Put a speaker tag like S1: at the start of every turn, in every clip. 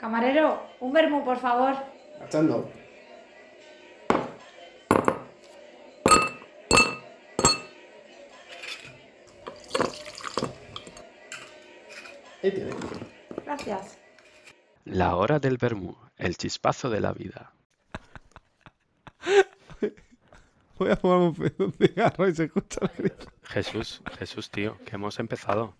S1: Camarero, un vermú, por favor.
S2: Marchando. Ahí tiene.
S1: Gracias.
S3: La hora del vermú, el chispazo de la vida.
S4: Voy a fumar un, c- un cigarro y se escucha el grito.
S3: Jesús, Jesús, tío, que hemos empezado.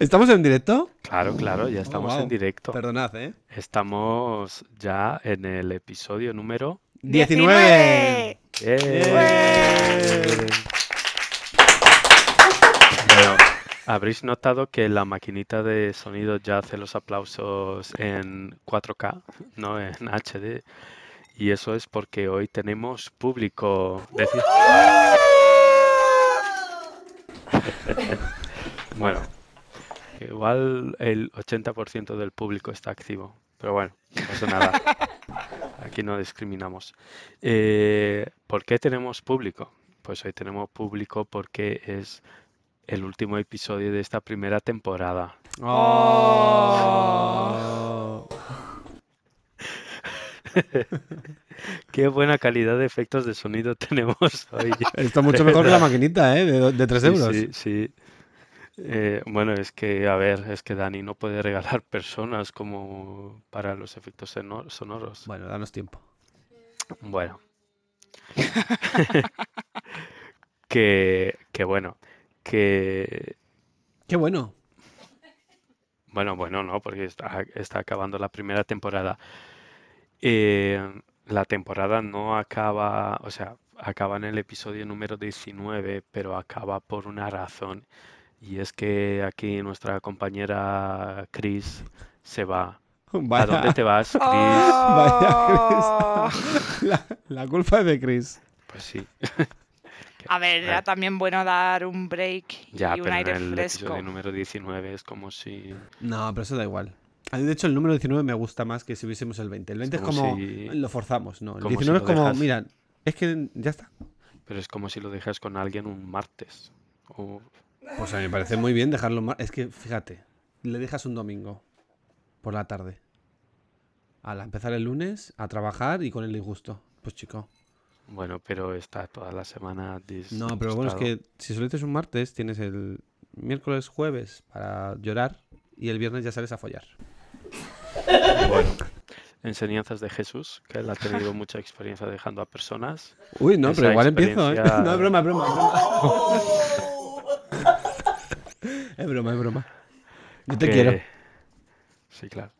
S4: ¿Estamos en directo?
S3: Claro, claro, ya estamos en
S4: wow.
S3: directo.
S4: Perdonad, ¿eh?
S3: Estamos ya en el episodio número...
S4: 19.
S3: ¡Eh! Bueno, habréis notado que la maquinita de sonido ya hace los aplausos en 4K, no en HD. Y eso es porque hoy tenemos público. Decid- bueno, igual el 80% del público está activo, pero bueno, no pasa nada. Aquí no discriminamos. Eh, ¿Por qué tenemos público? Pues hoy tenemos público porque es el último episodio de esta primera temporada.
S4: Oh.
S3: Qué buena calidad de efectos de sonido tenemos hoy.
S4: Está mucho mejor que la maquinita, ¿eh? De, de 3
S3: Sí,
S4: euros.
S3: sí, sí. Eh, bueno, es que, a ver, es que Dani no puede regalar personas como para los efectos seno- sonoros.
S4: Bueno, danos tiempo.
S3: Bueno. que, que bueno, que...
S4: Qué bueno.
S3: Bueno, bueno, no, porque está, está acabando la primera temporada. Eh, la temporada no acaba, o sea, acaba en el episodio número 19, pero acaba por una razón. Y es que aquí nuestra compañera Chris se va. ¿A
S4: Vaya, Ah.
S3: dónde te vas, Chris?
S5: Ah.
S4: vaya la, la culpa es de Chris.
S3: Pues sí,
S5: A ver, era también bueno dar un break
S3: ya,
S5: y un
S3: pero en
S5: aire
S3: el
S5: fresco.
S3: episodio número 19 es como si...
S4: No, pero eso da igual. A mí, De hecho, el número 19 me gusta más que si hubiésemos el 20. El 20 es
S3: como
S4: como
S3: si-
S4: lo forzamos, ¿no? El
S3: como si
S4: 19
S3: lo
S4: es como,
S3: dejas.
S4: mira, es que ya está.
S3: Pero es como si lo dejas con alguien un martes. O...
S4: Pues a mí me parece muy bien dejarlo más. Es que, fíjate, le dejas un domingo por la tarde. Al empezar el lunes, a trabajar y con el disgusto. Pues chico.
S3: Bueno, pero está toda la semana
S4: No, pero bueno, es
S3: disgustado.
S4: que si solo un martes, tienes el miércoles, jueves para llorar y el viernes ya sales a follar.
S3: Bueno, enseñanzas de Jesús, que él ha tenido mucha experiencia dejando a personas.
S4: Uy, no,
S3: Esa
S4: pero igual empiezo, ¿eh?
S3: experiencia-
S4: No, es broma, es broma. Es broma, es broma. Es broma. Yo te
S3: que-
S4: quiero.
S3: Sí, claro.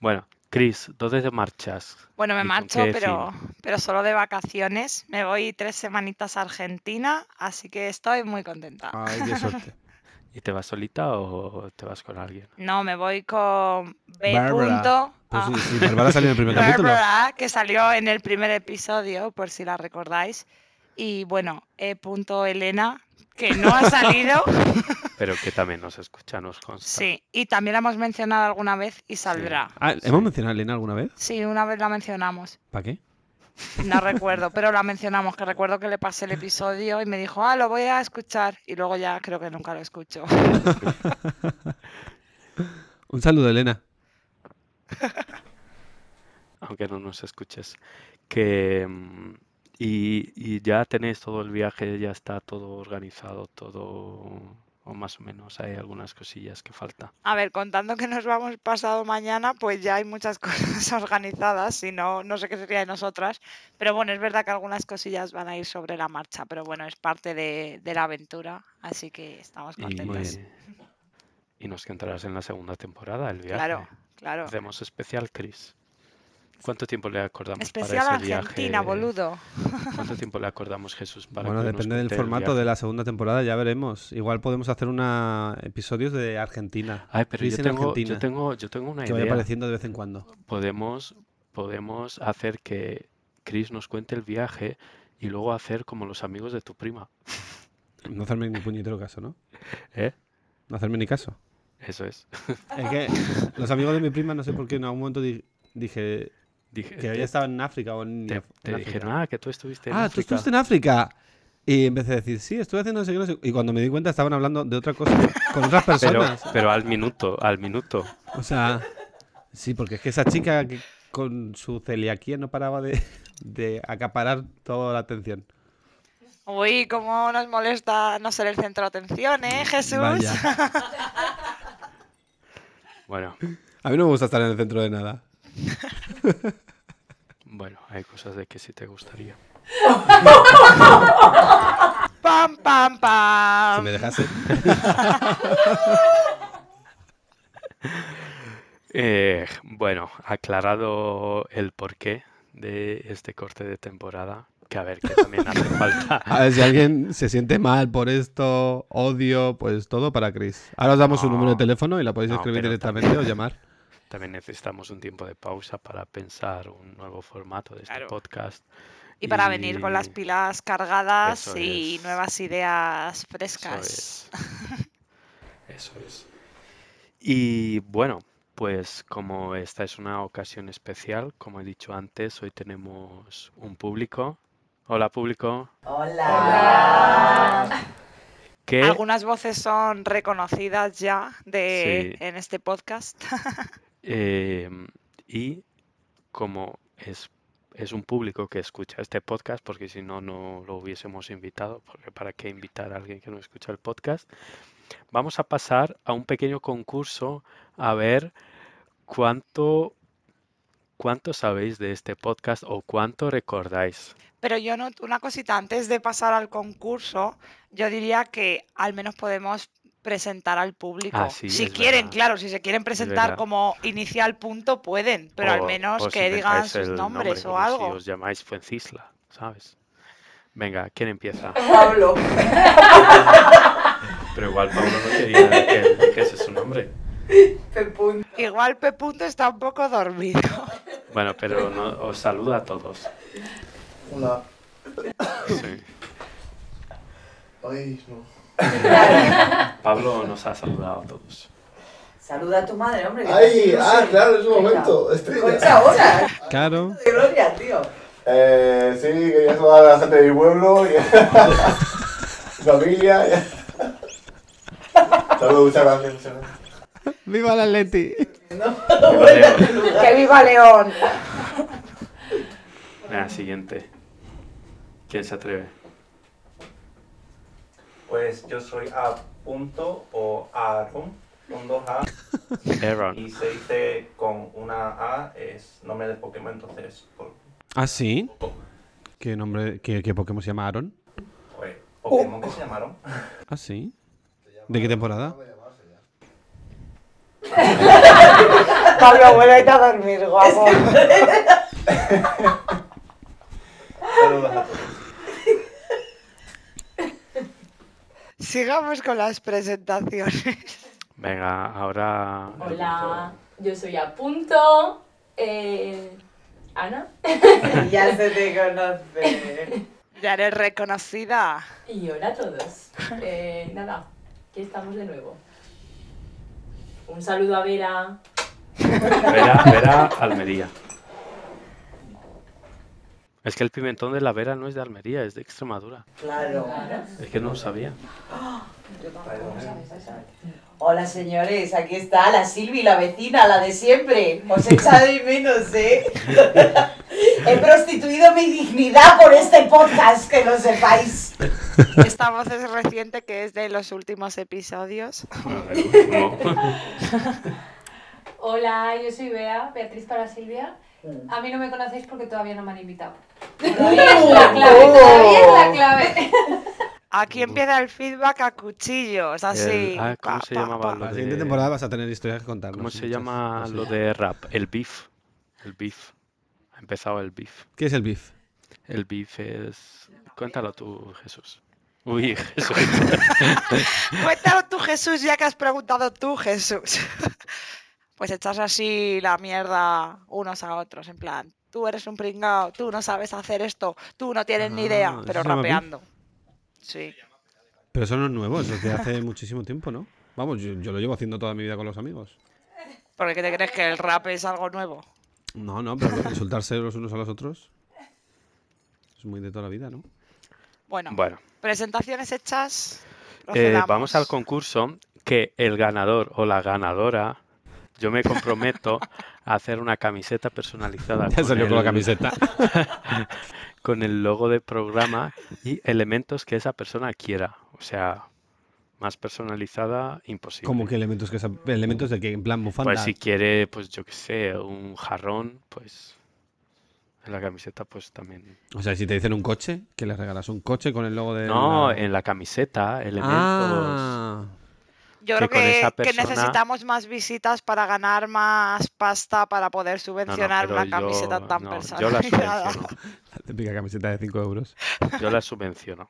S3: Bueno, Chris, ¿dónde te marchas?
S5: Bueno,
S3: ¿Y
S5: me
S3: con
S5: marcho,
S3: qué
S5: pero,
S3: fin?
S5: pero solo de vacaciones. Me voy tres semanitas a Argentina, así que estoy muy contenta.
S4: Ay, qué suerte.
S3: ¿Y te vas solita o te vas con alguien?
S5: No, me voy con B.
S4: Bárbara.
S5: punto,
S4: Pues
S5: ah,
S4: sí, sí, Bárbara salió en el primer capítulo.
S5: Bárbara, que salió en el primer episodio, por si la recordáis. Y bueno, E. punto Elena, que no ha salido.
S3: Pero que también nos escucha, nos consta.
S5: sí, y también la hemos mencionado alguna vez y saldrá.
S4: Ah, ¿Hemos mencionado a Elena alguna vez?
S5: Sí, una vez la mencionamos.
S4: ¿Para qué?
S5: No recuerdo, pero la mencionamos, que recuerdo que le pasé el episodio y me dijo, ah, lo voy a escuchar. Y luego ya creo que nunca lo escucho.
S4: Un saludo, Elena.
S3: Aunque no nos escuches. Que... mm, Y, y ya tenéis todo el viaje, ya está todo organizado, todo... O más o menos, hay algunas cosillas que falta.
S5: A ver, contando que nos vamos pasado mañana, pues ya hay muchas cosas organizadas, si no, no sé qué sería de nosotras. Pero bueno, es verdad que algunas cosillas van a ir sobre la marcha, pero bueno, es parte de, de la aventura, así que estamos
S3: Y,
S5: contentas.
S3: y nos centrarás en la segunda temporada, el viaje.
S5: Claro, claro.
S3: Hacemos especial, Chris. ¿Cuánto tiempo le acordamos
S5: Especial
S3: para ese
S5: Argentina,
S3: viaje?
S5: boludo.
S3: ¿Cuánto tiempo le acordamos, Jesús, para
S4: Bueno,
S3: que nos
S4: depende del
S3: cuente el
S4: formato de
S3: viaje?
S4: la segunda temporada, ya veremos. Igual podemos hacer una episodios de Argentina.
S3: Ay, pero yo
S4: Chris en
S3: tengo,
S4: Argentina,
S3: yo, tengo, yo tengo una
S4: que vaya
S3: idea.
S4: apareciendo de vez en cuando.
S3: Podemos, podemos hacer que Chris nos cuente el viaje y luego hacer como los amigos de tu prima.
S4: No hacerme ni puñetero caso, ¿no?
S3: ¿Eh?
S4: No hacerme ni caso.
S3: Eso es.
S4: Es que los amigos de mi prima, no sé por qué, en algún momento di- dije
S3: Dije,
S4: que
S3: te,
S4: había estado en África o en,
S3: te-
S4: en
S3: te
S4: África.
S3: dijeron, ah, que tú estuviste en
S4: ah, tú
S3: África".
S4: estuviste en África. Y empecé a decir, sí, estuve haciendo no sé qué, no sé- Y cuando me di cuenta estaban hablando de otra cosa con otras
S3: Pero,
S4: personas.
S3: pero al minuto, al minuto.
S4: O sea, Sí, porque es que esa chica que con su celiaquía no paraba de, de acaparar toda la atención.
S5: Uy, cómo nos molesta no ser el centro de atención, ¿eh, Jesús?
S4: Vaya.
S3: Bueno,
S4: A mí no me gusta estar en el centro de nada.
S3: bueno, hay cosas de que sí te gustaría.
S5: ¡Pam, pam,
S4: Si
S5: pam!
S4: me dejase.
S3: Eh, bueno, aclarado el porqué de este corte de temporada, que a ver, que también hace falta.
S4: A ver si alguien se siente mal por esto, odio, pues todo para Chris. Ahora os damos su número de
S3: No.
S4: teléfono y la podéis
S3: No,
S4: escribir
S3: pero
S4: directamente
S3: también-
S4: o llamar.
S3: También necesitamos un tiempo de pausa para pensar un nuevo formato de este
S5: Claro.
S3: podcast.
S5: Y para venir con las
S3: y-
S5: pilas cargadas
S3: Eso
S5: y
S3: es.
S5: nuevas ideas frescas.
S3: Eso es. Eso es. Y bueno, pues como esta es una ocasión especial, como he dicho antes, hoy tenemos un público. Hola público. Hola. Que
S5: Algunas voces son reconocidas ya de,
S3: Sí.
S5: en este podcast.
S3: eh, y como es, es un público que escucha este podcast, porque si no, no lo hubiésemos invitado, porque para qué invitar a alguien que no escucha el podcast, vamos a pasar a un pequeño concurso a ver cuánto, cuánto sabéis de este podcast o cuánto recordáis.
S5: Pero yo noto una cosita, antes de pasar al concurso, yo diría que al menos podemos presentar al público.
S3: Ah, sí,
S5: si
S3: es
S5: quieren,
S3: verdad.
S5: claro, si se quieren presentar
S3: verdad.
S5: como inicial punto pueden, pero al
S3: O-
S5: menos
S3: o si
S5: que digan
S3: inventáis
S5: sus
S3: el nombre,
S5: nombres o
S3: como si
S5: algo.
S3: os llamáis Fuencisla, ¿sabes? Venga, ¿quién empieza?
S6: Pablo.
S3: Pero igual Pablo no quería que, que ese es su nombre.
S6: Pepun.
S5: Igual P. punto está un poco dormido.
S3: Bueno, pero no- os saluda a todos.
S2: Hola.
S3: Sí.
S2: Ay, no.
S3: Pablo nos ha saludado a todos.
S6: Saluda a tu madre, hombre. que te hace
S2: Ay,
S6: ilusión.
S2: ah, claro, es un
S6: Venga.
S2: momento.
S6: Concha,
S2: Estrella.
S6: ahora.
S4: Claro.
S6: De gloria, tío.
S2: Eh, sí, quería saludar a la gente de mi pueblo. y a- mi familia. y a- Saludos, muchas gracias, muchas gracias.
S4: ¡Viva la Leti!
S3: Leo.
S6: Que viva León.
S3: Ah, siguiente. ¿Quién se atreve?
S7: Pues yo soy A. Punto o Aaron, con dos A,
S3: Aaron.
S7: y se dice con una A, es nombre de Pokémon, entonces, por-
S4: ¿Ah, sí? ¿Qué nombre, qué, qué Pokémon se llama Aaron?
S7: pues, Pokémon que se llamaron.
S8: Oh,
S4: ¿Ah, sí? ¿De qué temporada?
S5: Pablo, vuelve a dormir, guapo.
S7: Saludos a todos.
S5: Sigamos con las presentaciones.
S3: Venga, ahora.
S8: Hola, yo soy a punto. eh, Ana.
S6: Ya se te conoce.
S5: Ya eres reconocida.
S8: Y hola a todos. Eh, nada, aquí estamos de nuevo. Un saludo a Vera.
S3: Vera, Vera Almería. Es que el pimentón de la Vera no es de Almería, es de Extremadura.
S6: Claro.
S3: Es que no lo sabía.
S6: Hola, señores. Aquí está la Silvi, la vecina, la de siempre. Os echa de menos, ¿eh? He prostituido mi dignidad por este podcast, que lo sepáis.
S5: Esta voz es reciente que es de los últimos episodios.
S3: No.
S9: Hola, yo soy Bea, Beatriz para Silvia.
S8: Mm.
S9: A mí no me conocéis porque todavía no me han invitado. La clave, todavía es
S8: Oh.
S9: la clave.
S5: Aquí empieza el feedback a cuchillos, así.
S3: El- ah, ¿cómo se llamaba lo
S4: La
S3: de-
S4: siguiente temporada vas a tener historias que contarnos.
S3: ¿Cómo se
S4: muchas.
S3: llama
S4: Así.
S3: lo de rap? El beef. El beef. Ha empezado el beef.
S4: ¿Qué es el beef?
S3: El beef es. Cuéntalo tú, Jesús. Uy, Jesús.
S5: Cuéntalo tú, Jesús, ya que has preguntado tú, Jesús. Pues echas así la mierda unos a otros, en plan, tú eres un pringao, tú no sabes hacer esto, tú no tienes ni
S4: Ah,
S5: idea,
S4: ¿eso
S5: pero
S4: se llama beef?
S5: rapeando. Sí.
S4: Pero eso no es nuevo, eso es de hace muchísimo tiempo, ¿no? Vamos, yo, yo lo llevo haciendo toda mi vida con los amigos.
S5: ¿Por qué te crees que el rap es algo nuevo?
S4: No, no, pero insultarse los unos a los otros es muy de toda la vida, ¿no?
S5: Bueno,
S3: Bueno.
S5: presentaciones hechas.
S3: Eh, vamos al
S5: procedamos.
S3: concurso que el ganador o la ganadora, yo me comprometo a hacer una camiseta personalizada
S4: Ya
S3: con
S4: salió con la
S3: el-
S4: camiseta.
S3: con el logo del programa y elementos que esa persona quiera. O sea, más personalizada, imposible.
S4: Como que elementos que son- elementos de que en plan bufanda.
S3: Pues si quiere, pues yo qué sé, un jarrón, pues en la camiseta, pues también.
S4: O sea, si te dicen un coche, que les regalas un coche con el logo de
S3: No,
S4: la-
S3: en la camiseta, elementos.
S4: Ah.
S5: Yo
S3: que
S5: creo
S3: con
S5: que,
S3: esa
S5: que
S3: persona-
S5: necesitamos más visitas para ganar más pasta para
S3: No,
S5: poder
S3: no,
S5: subvencionar
S3: pero
S5: una camiseta
S3: yo-
S5: tan
S3: no, yo la
S5: personalizada.
S3: subvenciono.
S4: La típica camiseta de 5 euros.
S3: Yo la subvenciono.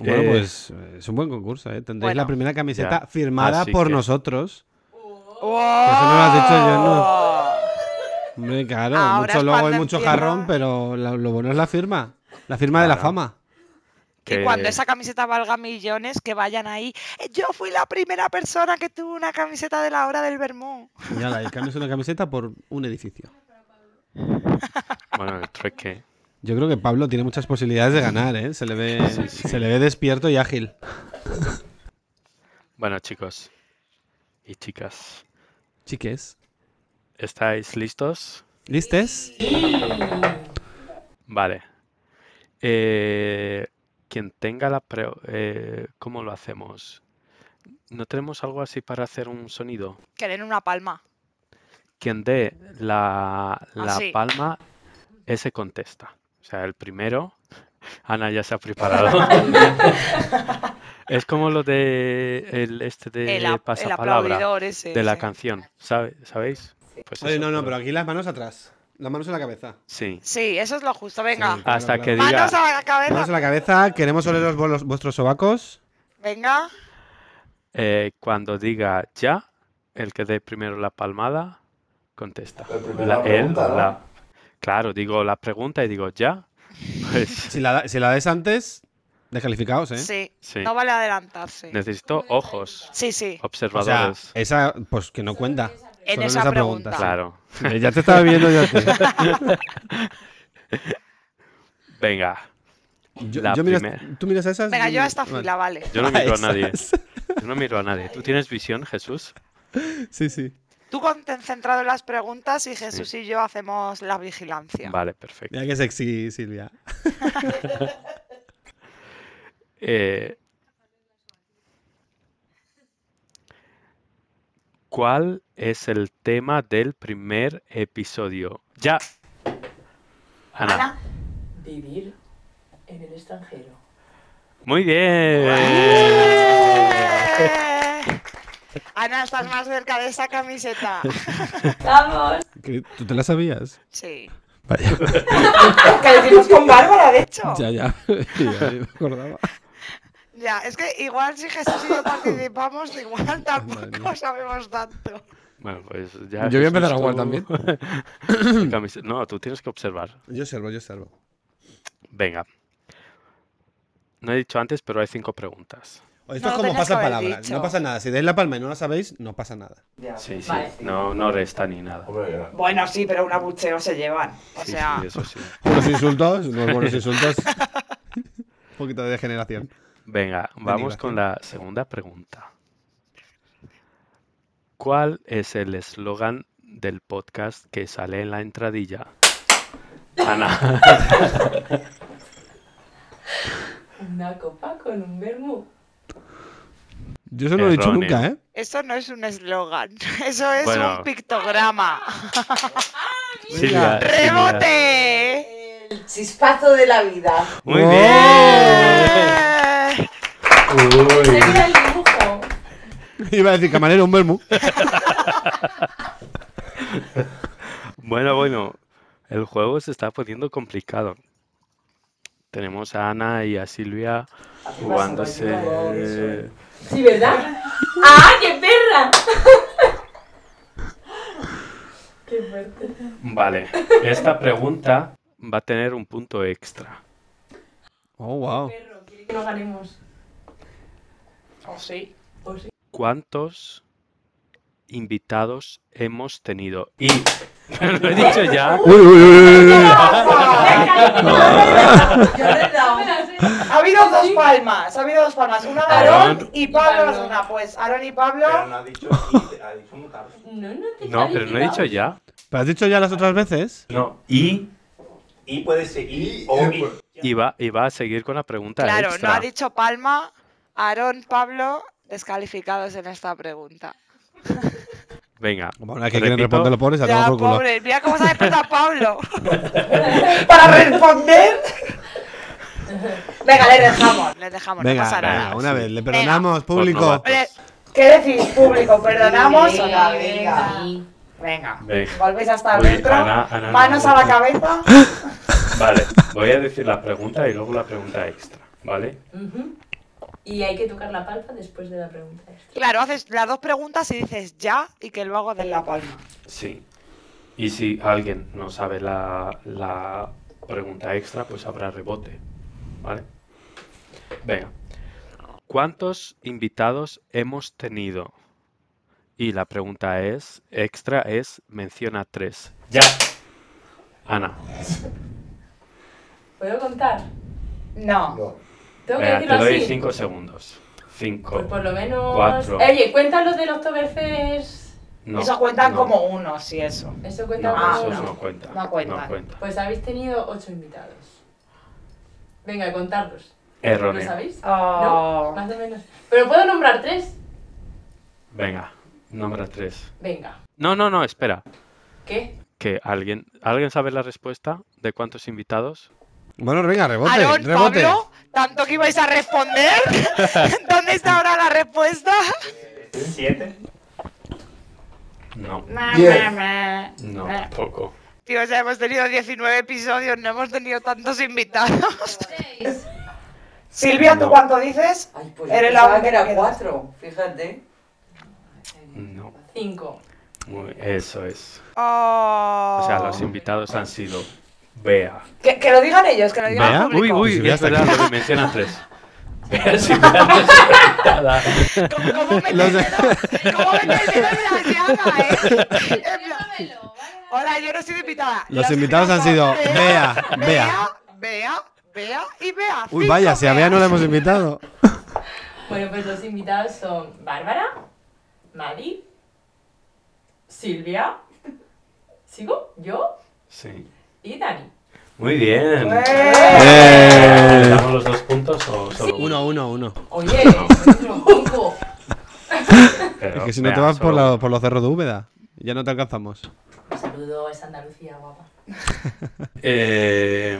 S4: Bueno,
S3: Eh,
S4: pues eh, es un buen concurso, ¿eh? Tendréis la
S5: Bueno.
S4: primera camiseta
S3: Ya.
S4: firmada
S3: Así
S4: por
S3: que-
S4: nosotros.
S5: ¡Wow!
S4: Eso no lo has dicho yo, Hombre, claro,
S5: Ahora
S4: mucho
S5: es
S4: logo y
S5: cuando
S4: mucho
S5: empieza-
S4: jarrón, pero la- lo bueno es la firma. La firma de la
S3: Claro.
S4: fama.
S5: Que cuando esa camiseta valga millones, que vayan ahí. "Eh, Yo fui la primera persona que tuvo una camiseta de la hora del Vermont.
S4: Mira, el cambio es una camiseta por un edificio.
S3: Bueno, el trueque.
S4: Yo creo que Pablo tiene muchas posibilidades de ganar, ¿eh? Se le ve, Se le ve despierto y ágil.
S3: Bueno, chicos y chicas,
S4: Chiques.
S3: ¿estáis listos?
S4: ¿Listes?
S3: Vale. Eh, quien tenga la... pre- eh, ¿cómo lo hacemos? ¿No tenemos algo así para hacer un sonido?
S5: Quieren una palma.
S3: Quien dé la, la
S5: Así.
S3: palma, ese contesta. O sea, el primero... Ana ya se ha preparado. Es como lo de el este de
S5: El, ap- el
S3: pasapalabra
S5: aplaudidor ese.
S3: de la
S5: sí.
S3: canción, ¿sabe- ¿sabéis? Pues
S4: Oye,
S3: eso,
S4: no, no,
S3: pero-
S4: pero aquí las manos atrás. Las manos en la cabeza.
S3: Sí.
S5: Sí, eso es lo justo. Venga,
S4: Sí. Claro,
S3: Hasta
S4: claro.
S3: que diga...
S5: manos a la cabeza.
S4: Manos en la cabeza, queremos oler los, vuelos- vuestros sobacos.
S5: Venga.
S3: Eh, cuando diga ya, el que dé primero la palmada contesta.
S2: El primero
S3: La-
S2: la
S3: él o
S2: pregunta, ¿no?
S3: la- Claro, digo la pregunta y digo ya. Pues
S4: Si la, da- si la des antes, descalificaos, ¿eh?
S5: Sí.
S3: sí.
S5: No vale adelantarse.
S3: Necesito ojos,
S5: Sí, sí.
S4: O sea,
S3: observadores.
S4: esa, pues que no cuenta.
S5: En
S4: Solo
S5: esa pregunta.
S3: Claro.
S4: Eh, Ya te estaba viendo yo a ti.
S3: Venga,
S4: Yo-
S3: La
S4: yo miras-
S3: primera.
S4: ¿Tú miras a esas?
S5: Venga, yo a esta
S4: Vale.
S5: fila, vale.
S3: yo no miro a
S4: esas.
S3: nadie. Yo no miro a nadie. ¿Tú tienes visión, Jesús?
S4: Sí, sí.
S5: Tú concentrado en las preguntas y Jesús y yo hacemos la vigilancia.
S3: Vale, perfecto.
S4: Mira qué sexy, Silvia.
S3: Eh, ¿Cuál es el tema del primer episodio? Ya. Ana.
S8: Vivir en el extranjero.
S3: Muy bien.
S5: ¡Eh! Ana, estás más cerca de esa camiseta.
S9: ¡Vamos!
S4: ¿Qué? ¿Tú te la sabías?
S5: Sí.
S4: Vaya,
S6: Que lo hicimos con Bárbara, de
S5: Hecho.
S4: ya, ya. Ya, yo me acordaba.
S5: Ya, es que igual si Jesús y yo participamos, igual
S4: Madre
S5: tampoco
S4: mía.
S5: sabemos tanto.
S3: Bueno, pues ya.
S4: Yo voy a empezar a
S3: Jesús,
S4: jugar
S3: tú-
S4: también.
S3: tu camise- no, tú tienes que observar.
S4: Yo observo, yo observo.
S3: Venga. No he dicho antes, pero hay cinco preguntas.
S4: Oye, Esto
S5: No
S4: es
S5: lo
S4: como
S5: tenías
S4: pasa
S5: que haber
S4: palabras.
S5: dicho.
S4: No pasa nada. Si dais la palma y no la sabéis, no pasa nada.
S7: Ya.
S3: Sí, sí.
S8: Vale.
S3: No, no resta ni nada.
S2: Hombre, ya.
S5: Bueno, sí, pero un abucheo se llevan. O
S3: Sí,
S5: sea,
S3: sí, eso sí.
S4: Unos insultos, unos buenos insultos. Un poquito de degeneración.
S3: Venga, vamos con la segunda pregunta. ¿Cuál es el eslogan del podcast que sale en la entradilla? Ana.
S8: Una copa con un vermú.
S4: Yo eso no lo he dicho
S3: Erróneo.
S4: nunca, ¿eh?
S5: eso no es un eslogan, eso es
S3: Bueno.
S5: un pictograma.
S3: Silvia, Silvia.
S5: ¡Rebote!
S6: El chispazo de la vida.
S3: Muy
S4: ¡Oh!
S3: bien.
S5: Eh,
S8: ¡Se mira el dibujo!
S4: Iba a decir camarero, un vermú.
S3: Bueno, bueno, el juego se está poniendo complicado. Tenemos a Ana y a Silvia jugándose.
S8: Sí, ¿verdad? ¡Ah, qué perra! ¡Qué fuerte!
S3: Vale, esta pregunta va a tener un punto extra.
S4: Oh, wow.
S8: Perro, quiere que lo ganemos.
S5: oh, sí.
S8: ¿O sí?
S3: ¿Cuántos invitados hemos tenido? Y lo he dicho ya.
S4: Uy, uy, uy, uy, uy.
S6: Yo le he dado.
S9: Espera, sí.
S5: Ha habido dos palmas, ha habido dos palmas. Una de Aarón y Pablo Lasuna. Pues Aarón y
S7: Pero
S5: Pablo.
S7: no ha dicho y, ha dicho mutar.
S8: No, no te he
S3: No, pero no he dicho
S8: calificado.
S3: ya.
S4: ¿Pero has dicho ya las otras veces?
S7: No, y. Y puede ser y,
S2: Y,
S7: o
S2: eh,
S7: y.
S2: pues-
S3: Y va, y va a seguir con la pregunta
S5: Claro, no
S3: extra.
S5: ha dicho palma. Aarón, Pablo, descalificados en esta pregunta.
S3: Venga.
S4: Bueno, hay que quieren
S3: repito.
S4: responder los pobres, a
S5: Ya,
S4: tomar por culo.
S5: pobre, mira cómo se ha despertado Pablo.
S6: Para responder.
S5: Venga, le dejamos, le dejamos,
S4: Venga,
S5: no pasa
S4: venga,
S5: nada.
S4: una vez, le
S5: Venga.
S4: perdonamos,
S3: Por
S4: público.
S3: novatos.
S5: Oye,
S6: ¿Qué decís, público? ¿Perdonamos o no? Venga.
S9: Venga.
S6: Venga.
S3: Venga.
S6: Volvéis hasta
S3: Oye,
S6: adentro.
S3: Ana, Ana, no,
S6: Manos
S3: no,
S6: a la
S3: no.
S6: cabeza.
S3: Vale, voy a decir la pregunta y luego la pregunta extra, ¿vale?
S8: Ujú. Y hay que tocar la palpa después de la pregunta. esta.
S5: Claro, haces las dos preguntas y dices ya y que luego den la palma.
S3: Sí. Y si alguien no sabe la, la pregunta extra, pues habrá rebote, ¿vale? Venga. ¿Cuántos invitados hemos tenido? Y la pregunta es, extra es, menciona tres. Ya. Ana.
S8: ¿Puedo contar?
S6: No.
S2: No.
S8: Tengo
S3: Venga,
S8: que
S3: te
S8: decirlo
S3: doy
S8: así.
S3: cinco segundos. Cinco.
S8: Pues por lo menos.
S3: Cuatro.
S8: Oye, cuentan los del Oktoberfest.
S3: No,
S6: Eso cuentan
S3: no,
S6: como uno, si eso.
S8: Eso cuenta
S3: No,
S8: como
S3: esos
S8: uno.
S3: no cuentan.
S6: No cuentan.
S8: Pues habéis tenido ocho invitados. Venga, contadlos. ¿Lo
S3: Erróneo.
S8: sabéis?
S6: Oh.
S8: No, más o menos. Pero puedo nombrar tres.
S3: Venga, nombra tres.
S8: Venga.
S3: No, no, no, espera.
S8: ¿Qué?
S3: Que alguien, ¿alguien sabe la respuesta de cuántos invitados?
S4: Bueno, venga, rebote,
S5: Aarón,
S4: rebote.
S5: Pablo, tanto que ibais a responder. ¿Dónde está ahora la respuesta?
S7: Siete.
S3: No,
S2: Diez.
S3: no, tampoco.
S5: Tío, ya hemos tenido 19 episodios, no hemos tenido tantos invitados.
S9: Seis.
S5: Silvia,
S3: No.
S5: ¿tú cuánto dices?
S6: Ay, pues
S5: Eres
S6: yo
S5: la
S6: pensaba
S5: única
S6: que era
S5: que-
S6: cuatro, fíjate.
S3: No,
S8: Cinco.
S3: muy- eso es.
S5: Oh.
S3: O sea, los invitados han sido Bea.
S5: que, que lo digan ellos, que lo digan
S4: Vea,
S5: el
S3: Uy,
S5: público.
S4: Y
S3: uy,
S4: Silvia
S3: es
S4: está
S3: verdad,
S4: aquí.
S3: lo que mencionan tres. Bea, sí, Bea no es invitada.
S5: ¿Cómo, cómo me
S4: Los-
S5: ¿Cómo me la llama, eh? En plan,
S9: Llévamelo, vale, vale.
S5: Hola, yo no he sido invitada.
S4: Los
S5: Los
S4: invitados han sido Bea, Bea.
S5: Bea, Bea, Bea y Bea.
S4: Uy,
S5: Cinco
S4: vaya, si a Bea no la
S5: Beas.
S4: hemos invitado.
S8: Bueno, pues los invitados son Bárbara, Mari, Silvia, ¿sigo? Yo
S3: Sí.
S8: y Dani.
S3: Muy bien.
S4: Eh.
S3: ¿Damos los dos puntos o solo
S4: Uno, uno, uno.
S8: Oye, pues cinco.
S3: Pero,
S4: Es que si no
S3: Bea,
S4: te vas por,
S3: solo
S4: la- por los cerros de Úbeda, ya no te alcanzamos.
S8: Un saludo a esa Andalucía guapa.
S3: Eh,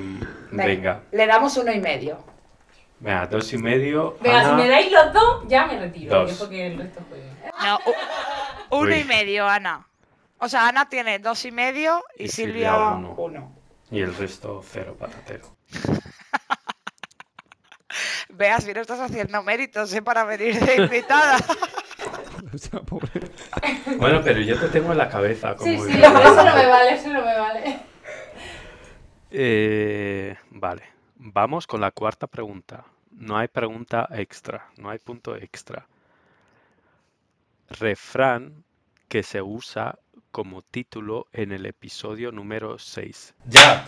S3: venga,
S6: Le damos uno y medio.
S3: venga, dos y medio.
S8: Venga,
S3: Ana,
S8: si me dais los dos, ya me retiro.
S3: Dos.
S8: Dejo que el resto juegue.
S5: No, u- uno
S3: Uy.
S5: y medio, Ana. O sea, Ana tiene dos y medio y,
S3: Y Silvia
S5: Silvia,
S3: uno.
S5: uno.
S3: Y el resto cero patatero.
S5: Veas, si no estás haciendo méritos ¿eh? para venir de invitada.
S4: O sea, pobre.
S3: Bueno, pero yo te tengo en la cabeza. Como
S9: Sí, sí,
S3: idea.
S9: eso no me vale, eso no me vale.
S3: Eh, vale, vamos con la cuarta pregunta. No hay pregunta extra, no hay punto extra. Refrán que se usa como título en el episodio número 6.
S7: Ya.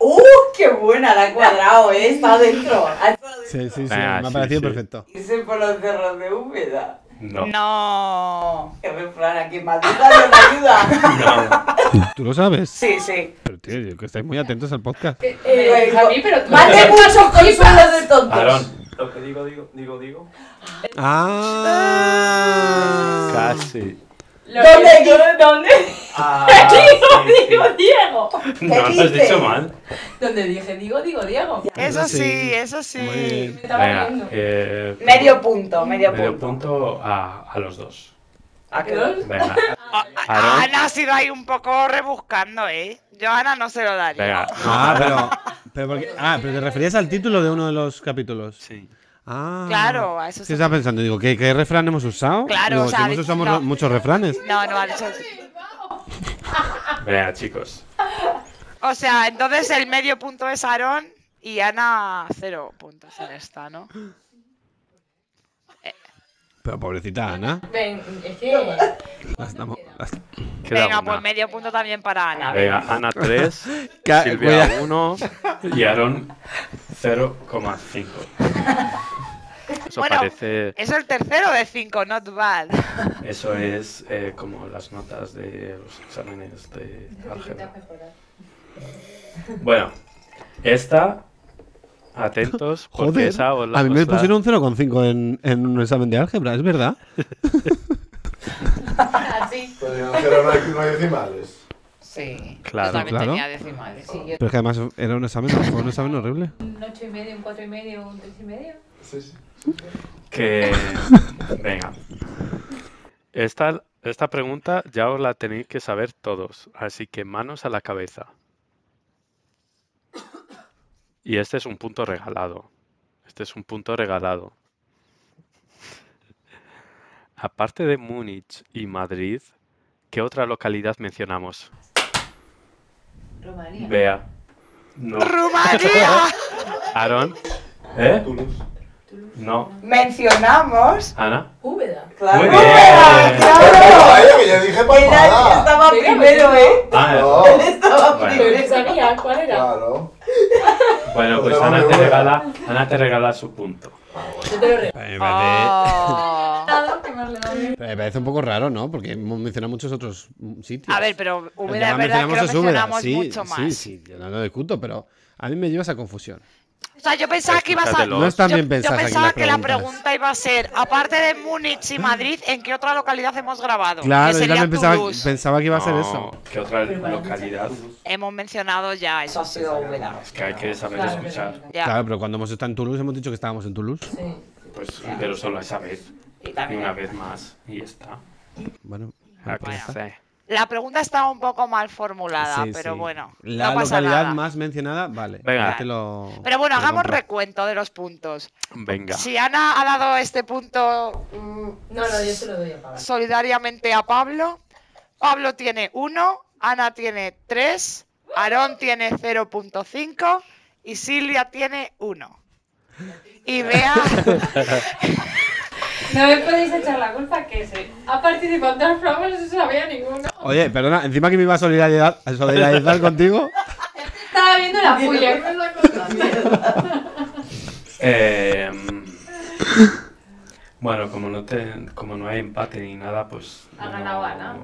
S6: ¡Uh! ¡Qué buena! La ha cuadrado, ¿eh? Está dentro. Ha estado dentro.
S4: Sí, sí, sí,
S3: Ah,
S4: me ha
S3: sí,
S4: parecido
S3: sí.
S4: perfecto.
S6: Irse por los cerros de Úbeda.
S3: No,
S5: No.
S6: ¡Qué refrán aquí! ¡Maldita no me ayuda!
S4: ¿Tú lo sabes?
S6: Sí, sí.
S4: Pero tío, yo que estáis muy atentos al podcast.
S6: Eh,
S8: a mí, pero tú.
S6: Mande muchos consuelos de tontos.
S3: Aarón,
S7: Lo que digo, digo, digo, digo.
S4: Ah.
S3: casi.
S8: Lo
S6: ¿Dónde
S8: que-
S6: digo?
S8: ¿Dónde?
S7: Ah,
S8: Digo,
S7: sí, sí.
S8: digo, Diego.
S3: No, lo has
S6: dices?
S3: dicho mal.
S8: Donde dije, digo, digo, Diego.
S5: Eso
S4: sí.
S5: sí, eso sí.
S4: Muy bien.
S8: Me estaba riendo.
S3: Venga, eh,
S6: Medio punto, medio
S3: medio
S6: punto.
S3: punto a, a los dos.
S7: Ah,
S6: ¿A qué
S8: Dos.
S3: Venga,
S5: A
S3: Aarón,
S5: Ah, Ana ha sido ahí un poco rebuscando, ¿eh? Yo a Ana no se lo daría.
S3: venga, no,
S4: Ah,
S3: Aarón,
S4: pero, pero porque- ah, pero te referías al título de uno de los capítulos.
S3: sí.
S4: Ah.
S5: Claro, a eso
S4: Sí,
S5: se-
S4: estaba pensando, digo, ¿qué, qué refrán hemos usado?
S5: Claro,
S4: Digo,
S5: o
S4: si
S5: sea,
S4: hemos
S5: de-
S4: usado
S5: no.
S4: muchos refranes.
S5: No, no, ha dicho-
S3: Venga, chicos.
S5: O sea, entonces el medio punto es Aarón y Ana cero puntos en esta, ¿no?
S4: Pero pobrecita Ana.
S8: Ven, es que.
S4: la estamos- la-
S3: Queda
S5: Venga,
S3: una.
S5: pues medio punto también para Ana.
S4: Ah,
S3: Venga, Ana 3,
S4: Ca-
S3: Silvia 1 y Aaron 0,5. Eso
S5: Bueno. eh.
S3: parece,
S5: Es el tercero de cinco, not bad.
S3: eso es eh, como las notas de los exámenes de álgebra. Bueno, esta, atentos, porque
S4: Joder,
S3: esa os la-
S4: a mí me
S3: os la-
S4: pusieron un 0,5 en, en un examen de álgebra, es verdad.
S8: Ah,
S9: Así.
S2: Pues en cero no hay, no hay decimales.
S10: Sí.
S3: Claro,
S10: yo también
S4: claro.
S10: tenía decimales. Sí, yo-
S4: Pero es que además era un examen, fue un examen horrible.
S9: Un 8 y medio, un 4 y medio, un 3 y medio.
S2: Sí, sí.
S3: Que. Venga. Esta, esta pregunta ya os la tenéis que saber todos, así que manos a la cabeza. Y este es un punto regalado. Este es un punto regalado. Aparte de Múnich y Madrid, ¿qué otra localidad mencionamos?
S9: Rumanía.
S3: Bea. No.
S5: ¡Rumanía!
S3: Aaron. ¿Eh?
S2: Toulouse.
S3: No.
S5: Mencionamos.
S3: Ana.
S8: Úbeda.
S6: Claro.
S3: Muy
S6: ¡Claro!
S3: bien.
S2: Vaya, que ya dije
S6: Era el que
S2: palmada.
S6: estaba
S8: Venga,
S6: primero, ¿eh?
S3: Ah,
S2: No,
S6: Él estaba
S3: Bueno.
S8: Pero
S6: primero.
S8: no sabía cuál era.
S2: claro.
S3: Bueno, pues
S2: Nos vemos
S3: Ana te
S2: luego.
S3: regala, Ana te regala su punto.
S8: Yo te lo regalo.
S4: Eh, Me eh,
S5: Oh.
S9: Nada, que más le va bien.
S4: parece un poco raro, ¿no? Porque hemos mencionado muchos otros mm, sitios.
S5: A ver, pero Úbeda
S4: Ya
S5: es verdad que lo
S4: mencionamos a Úbeda,
S5: mencionamos
S4: sí,
S5: mucho más.
S4: Sí, sí, yo no lo discuto, pero a mí me lleva esa confusión.
S5: O sea, yo pensaba que ibas a.
S3: Escúchatelo.
S4: No están
S5: yo,
S4: bien
S5: yo
S4: pensadas aquí
S5: pensaba
S4: las
S5: que la
S4: preguntas.
S5: pregunta iba a ser, aparte de Múnich y Madrid, ¿en qué otra localidad hemos grabado?
S4: Claro,
S5: que
S4: yo
S5: sería
S4: también pensaba,
S5: Toulouse.
S4: pensaba que iba a ser
S3: No,
S4: eso.
S3: ¿Qué otra
S8: Pero para
S3: localidad?
S5: Hemos mencionado ya
S6: Eso
S5: eso.
S6: ha sido Úbeda.
S3: Es que hay que saber
S8: Claro,
S3: escuchar.
S8: pero-
S5: Ya.
S4: Claro, pero cuando hemos estado en Toulouse hemos dicho que estábamos en Toulouse.
S8: Sí.
S3: Pues, pero solo esa vez.
S6: Y
S3: Y
S6: también
S3: una vez más. Y ya está.
S4: Bueno, pues
S3: Ah, que
S5: Bueno.
S3: sé.
S5: La pregunta estaba un poco mal formulada,
S4: sí,
S5: pero
S4: sí.
S5: bueno.
S4: La
S5: no pasa
S4: localidad
S5: nada.
S4: más mencionada, vale.
S3: Venga.
S4: ya te lo-
S5: Pero bueno,
S4: te lo
S5: hagamos
S4: compro.
S5: recuento de los puntos.
S3: Venga.
S5: Si Ana ha dado este punto mm,
S8: No, no, yo se lo doy a pagar.
S5: solidariamente a Pablo, Pablo tiene 1, Ana tiene 3, Aarón tiene 0.5 y Silvia tiene 1. Y Bea,
S9: No me podéis echar la culpa que se ha participado en dos programas y no se sabía ninguno.
S4: Oye, perdona, encima que me iba a solidaridad- a solidarizar contigo.
S9: Estaba viendo la puya.
S3: Eh, bueno, como no, te, como no hay empate ni nada, pues.
S9: Ha
S3: no-
S9: ganado Ana.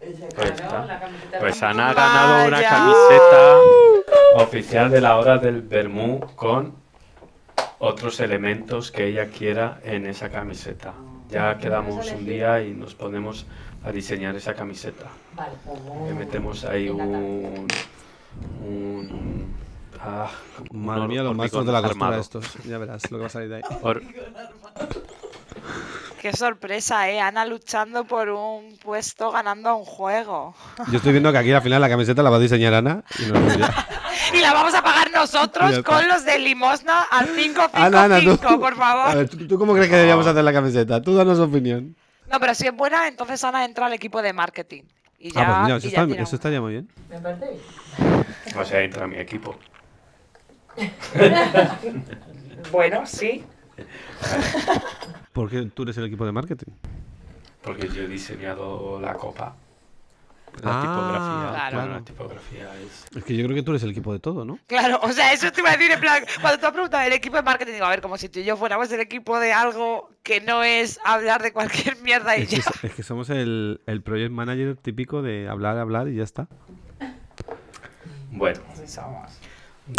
S8: Ella
S3: Pues,
S8: ganó la camiseta
S3: Pues
S8: de-
S3: Ana ha ganado una
S5: Vaya.
S3: camiseta oficial de la hora del Bermú con otros elementos que ella quiera en esa camiseta. Ya quedamos un día y nos ponemos a diseñar esa camiseta.
S8: Vale.
S3: Le metemos ahí un. un. Ah, un
S4: Madre
S3: hor-
S4: mía, los maestros
S3: hormigón
S4: de la costura
S3: armado.
S4: estos. Ya verás lo que va a salir de ahí.
S3: Hor-
S5: qué sorpresa, ¿eh? Ana luchando por un puesto ganando un juego.
S4: Yo estoy viendo que aquí al final la camiseta la va a diseñar Ana. Y no la tuya.
S5: Y la vamos a pagar
S4: Ya
S5: nosotros
S4: está.
S5: con los de limosna al 555,
S4: Ana, Ana, tú.
S5: por
S4: A
S5: favor.
S4: ver, ¿tú, tú cómo crees que deberíamos hacer la camiseta? Tú danos opinión.
S5: No, pero si es buena, entonces Ana entra al equipo de marketing. Y ya,
S4: ah, pues mira, eso,
S5: y ya
S4: está-
S5: tiramos.
S4: eso estaría muy bien.
S8: Me parece bien.
S3: o sea, entra mi equipo.
S5: Bueno, sí.
S4: Porque tú eres el equipo de marketing.
S3: Porque yo he diseñado la copa. La
S4: Ah,
S3: tipografía.
S5: claro.
S3: Bueno, la tipografía es.
S4: Es que yo creo que tú eres el equipo de todo, ¿no?
S5: Claro, o sea, eso te iba a decir en plan, cuando tú has preguntado el equipo de marketing, digo, a ver, como si tú y yo fuéramos el equipo de algo que no es hablar de cualquier mierda y
S4: Es que,
S5: ya.
S4: es que somos el, el project manager típico de hablar, hablar y ya está.
S3: Bueno.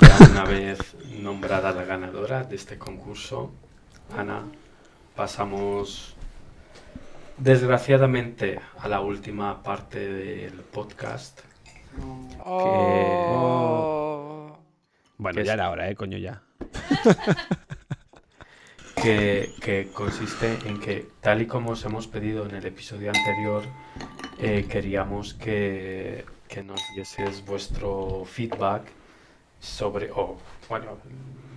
S3: Ya una vez nombrada la ganadora de este concurso, Ana, pasamos desgraciadamente a la última parte del podcast.
S5: Oh.
S4: Bueno,
S3: Que
S4: ya
S3: es-
S4: era hora, ¿eh? Coño, ya.
S3: que, que consiste en que, tal y como os hemos pedido en el episodio anterior, eh, queríamos que, que nos dieses vuestro feedback sobre, o bueno,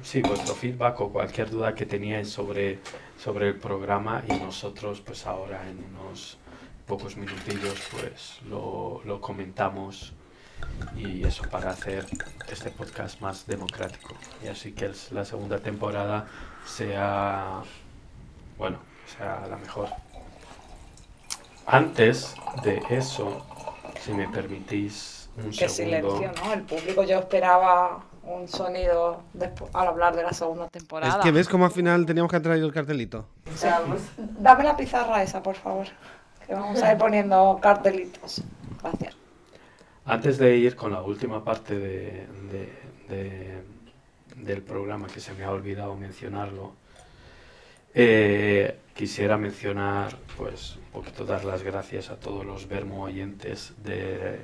S3: sí, vuestro feedback o cualquier duda que teníais sobre, sobre el programa y nosotros pues ahora en unos pocos minutillos pues lo, lo comentamos y eso para hacer este podcast más democrático. Y así que es la segunda temporada sea bueno, sea la mejor. Antes de eso, si me permitís un
S6: Qué
S3: segundo.
S6: silencio, ¿no? El público yo esperaba
S5: un sonido despu- al hablar de la segunda temporada.
S4: Es que ves cómo al final teníamos que traer el cartelito.
S6: O sea, vamos.
S5: Dame la pizarra esa, por favor. Que vamos a ir poniendo cartelitos. Gracias.
S3: Antes de ir con la última parte de- de- de- del programa, que se me ha olvidado mencionarlo, eh, quisiera mencionar, pues, un poquito dar las gracias a todos los Vermo oyentes de,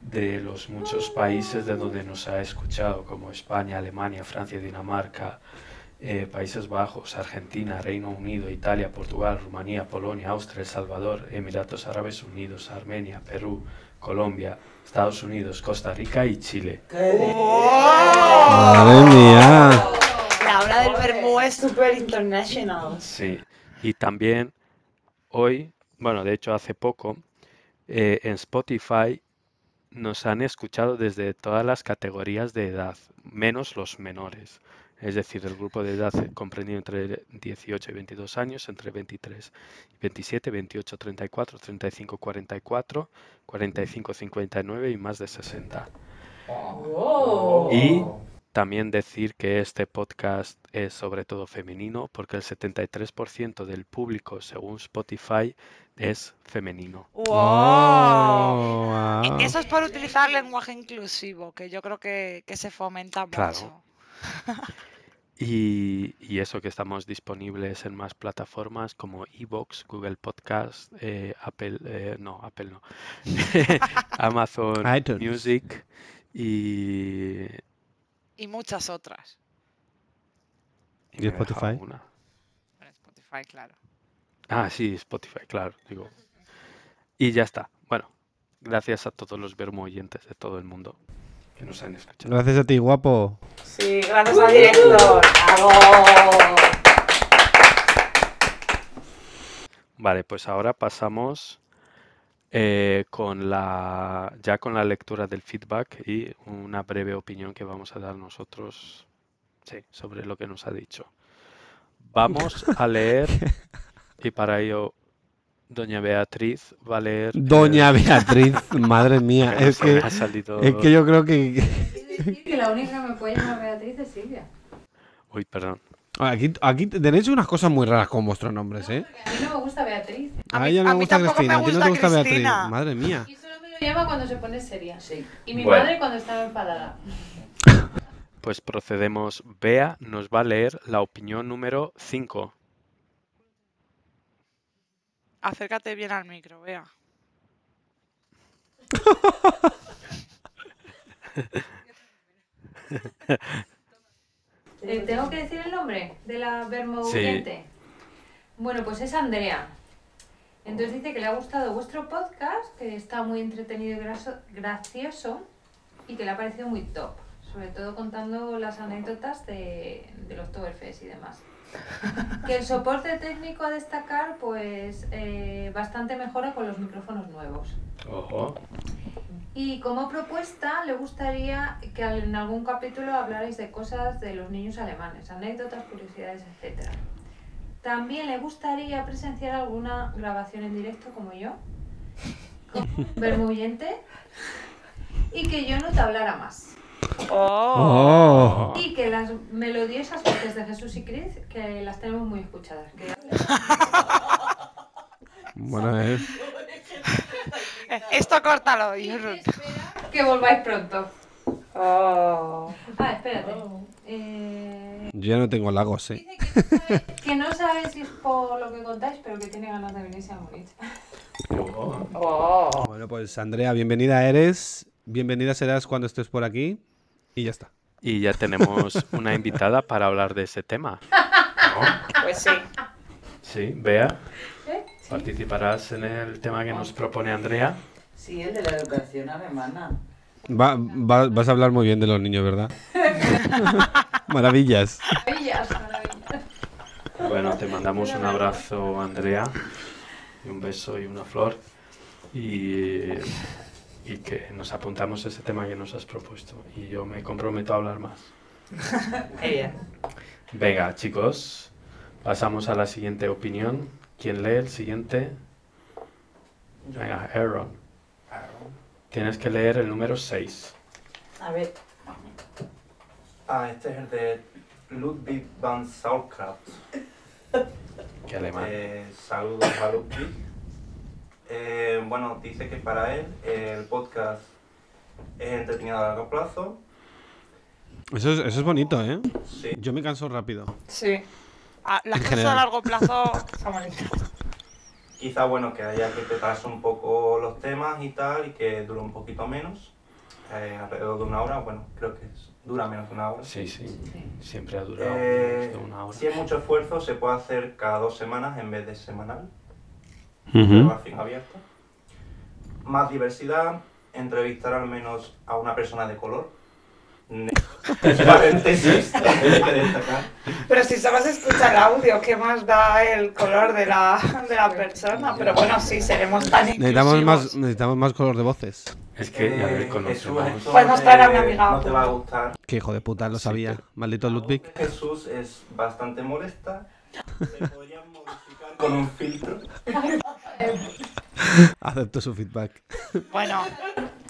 S3: de los muchos países de donde nos ha escuchado, como España, Alemania, Francia, Dinamarca, eh, Países Bajos, Argentina, Reino Unido, Italia, Portugal, Rumanía, Polonia, Austria, El Salvador, Emiratos Árabes Unidos, Armenia, Perú, Colombia, Estados Unidos, Costa Rica y Chile.
S4: Madre mía.
S5: La hora del vermú es super international.
S3: Sí. Y también hoy, bueno, de hecho hace poco, eh, en Spotify nos han escuchado desde todas las categorías de edad, menos los menores. Es decir, el grupo de edad comprendido entre 18 y 22 años, entre 23 y 27, 28, 34, 35, 44, 45, 59 y más de 60.
S8: Oh.
S3: Y también decir que este podcast es sobre todo femenino porque el 73% del público, según Spotify, es femenino.
S5: ¡Wow!
S4: Oh, wow.
S5: Eso es por utilizar lenguaje inclusivo, que yo creo que, que se fomenta mucho.
S3: Claro. Y, y eso que estamos disponibles en más plataformas como Evox, Google Podcast, eh, Apple, eh, no, Apple no, Amazon
S4: iTunes.
S3: Music y... y
S5: Y muchas otras.
S4: ¿Y
S3: me he dejado
S4: Spotify?
S3: una.
S5: En Spotify, claro.
S3: Ah, sí, Spotify, claro, digo. Y ya está. Bueno, gracias a todos los vermo oyentes de todo el mundo que nos han escuchado.
S4: Gracias a ti, guapo.
S6: Sí, gracias al director. ¡Bravo!
S3: Vale, pues ahora pasamos eh, con la, ya con la lectura del feedback y una breve opinión que vamos a dar nosotros, sí, sobre lo que nos ha dicho. Vamos a leer, y para ello, doña Beatriz va a leer. eh,
S4: Doña Beatriz, madre mía.
S3: que no
S4: Es
S3: se me
S4: que,
S3: ha salido-
S4: es que yo creo que.
S9: Es decir, que la única que me puede llamar Beatriz es Silvia.
S3: Uy, perdón.
S4: Aquí, aquí tenéis unas cosas muy raras con vuestros nombres, ¿eh?
S9: A mí no me gusta Beatriz.
S5: A mí-
S4: ella
S5: a mí tampoco me
S4: a ti no te
S5: gusta
S4: gusta
S5: Cristina.
S4: Beatriz. Madre mía.
S9: Y solo me lo llama cuando se pone seria.
S6: Sí.
S9: Y mi
S3: Bueno.
S9: madre cuando estaba enfadada.
S3: Pues procedemos. Bea nos va a leer la opinión número 5.
S5: Acércate bien al micro, vea.
S9: Eh, ¿Tengo que decir el nombre de la vermo oyente? Bueno, pues es Andrea. Entonces dice que le ha gustado vuestro podcast, que está muy entretenido y graso- gracioso y que le ha parecido muy top. Sobre todo contando las anécdotas de, de los Toberfest y demás. Que el soporte técnico a destacar, pues eh, bastante mejora con los micrófonos nuevos.
S3: Ojo.
S9: Y como propuesta, le gustaría que al- en algún capítulo hablarais de cosas de los niños alemanes, anécdotas, curiosidades, etc. También le gustaría presenciar alguna grabación en directo como yo, como vermuyente, y que yo no te hablara más.
S5: ¡Oh!
S4: Oh.
S9: Y que las melodiosas voces de Jesús y Cris, que las tenemos muy escuchadas. que-
S4: Bueno, eh.
S5: Eh, Esto córtalo,
S9: y que
S5: Yurut.
S9: espera que volváis pronto.
S5: Oh.
S9: Ah, espérate. Eh,
S4: Yo ya no tengo lagos, eh.
S9: Dice que no, sabe, que no sabe si es por lo que contáis, pero que tiene ganas de venirse a morir.
S4: Bueno, pues Andrea, bienvenida eres. Bienvenida serás cuando estés por aquí. Y ya está.
S3: Y ya tenemos una invitada para hablar de ese tema. ¿no?
S5: Pues sí.
S3: Sí, Bea,
S9: ¿Eh?
S3: participarás en el tema que nos propone Andrea.
S6: Sí, el de la educación alemana.
S4: Va- va- vas a hablar muy bien de los niños, ¿verdad? Maravillas.
S9: Maravillas, maravillas.
S3: Bueno, te mandamos un abrazo, Andrea, y un beso y una flor. Y, y que nos apuntamos a ese tema que nos has propuesto. Y yo me comprometo a hablar más. Venga, chicos, pasamos a la siguiente opinión. ¿Quién lee el siguiente? Venga, Aaron. Tienes que leer el número 6.
S6: A ver.
S7: Ah, este es el de Ludwig van Sauerkraut.
S3: Qué alemán.
S7: Eh, saludos a Ludwig. Eh, bueno, dice que para él eh, el podcast es entretenido a largo plazo.
S4: Eso es, eso es bonito, ¿eh?
S7: Sí.
S4: Yo me canso rápido.
S5: Sí. Ah, las
S4: En
S5: cosas a
S4: general.
S5: largo plazo son bonitas.
S7: Quizá, bueno, que haya que tratarse un poco los temas y tal, y que dure un poquito menos. eh, alrededor de una hora, bueno, creo que es- dura menos de una hora.
S3: Sí, sí.
S9: Sí.
S3: Siempre ha durado
S7: Eh,
S3: menos de una hora.
S7: si hay mucho esfuerzo, se puede hacer cada dos semanas en vez de semanal. Relación abierta. Más diversidad, entrevistar al menos a una persona de color. Ne- Paréntesis, hay que destacar.
S5: Pero si solo se escucha el audio, ¿qué más da el color de la, de la persona? Pero bueno, sí, seremos tan
S4: Necesitamos más,
S5: inclusivos.
S4: necesitamos más color de voces.
S3: Es que ya
S7: Eh,
S3: le
S7: Jesús,
S3: conocemos.
S7: esto
S5: Podemos
S7: no
S5: traer a
S7: te-
S5: un amigo
S7: No te va a
S5: junto.
S7: gustar.
S4: Qué hijo de puta, lo
S3: Sí,
S4: sabía. Maldito Ludwig.
S7: Jesús es bastante molesta. Se podría modificar con un filtro.
S4: Acepto su feedback.
S5: Bueno,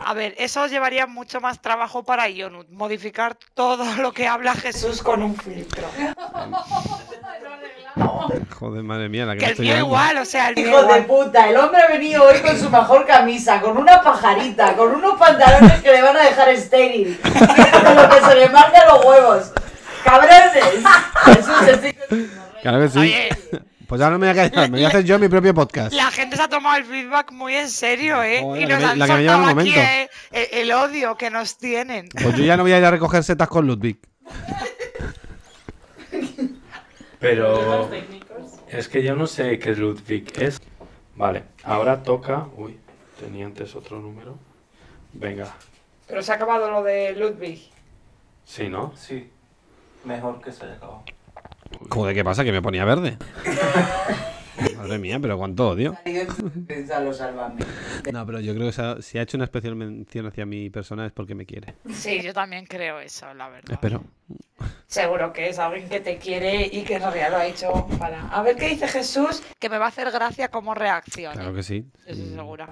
S5: a ver, eso llevaría mucho más trabajo para Ionut, modificar todo lo que habla Jesús con un filtro.
S4: Joder, madre mía, la que,
S5: Que
S4: me
S5: el
S4: estoy
S5: mío
S4: llevando.
S5: igual, o sea, el mío
S6: Hijo de
S5: igual.
S6: puta, el hombre ha venido hoy con su mejor camisa, con una pajarita, con unos pantalones que le van a dejar estéril. Con lo que se le marca los huevos. ¡Cabrones! Jesús, estoy
S4: Claro que sí.
S5: Oye,
S4: Pues ahora no me voy a callar, me voy a hacer yo mi propio podcast.
S5: la gente se ha tomado el feedback muy en serio, ¿eh?
S4: Joder,
S5: y
S4: la
S5: nos
S4: que me-
S5: han
S4: la que me lleva en
S5: soltado
S4: un
S5: aquí eh,
S4: momento.
S5: el, el odio que nos tienen.
S4: Pues yo ya no voy a ir a recoger setas con Ludwig.
S3: Pero es que yo no sé qué Ludwig es. Vale, ahora toca. Uy, tenía antes otro número. Venga,
S5: Pero se ha acabado lo de Ludwig.
S3: sí, ¿no?
S7: Sí, mejor que se haya acabado.
S4: Joder, ¿qué pasa? Que me ponía verde. Madre mía, pero cuánto odio.
S6: a los salvame.
S4: No, pero yo creo que se ha- si ha hecho una especial mención hacia mi persona es porque me quiere.
S5: Sí, yo también creo eso, la verdad.
S4: Espero.
S5: Seguro que es alguien que te quiere y que en realidad lo ha hecho para... A ver qué dice Jesús, que me va a hacer gracia como reacción.
S4: Claro que sí.
S5: Eso es segura.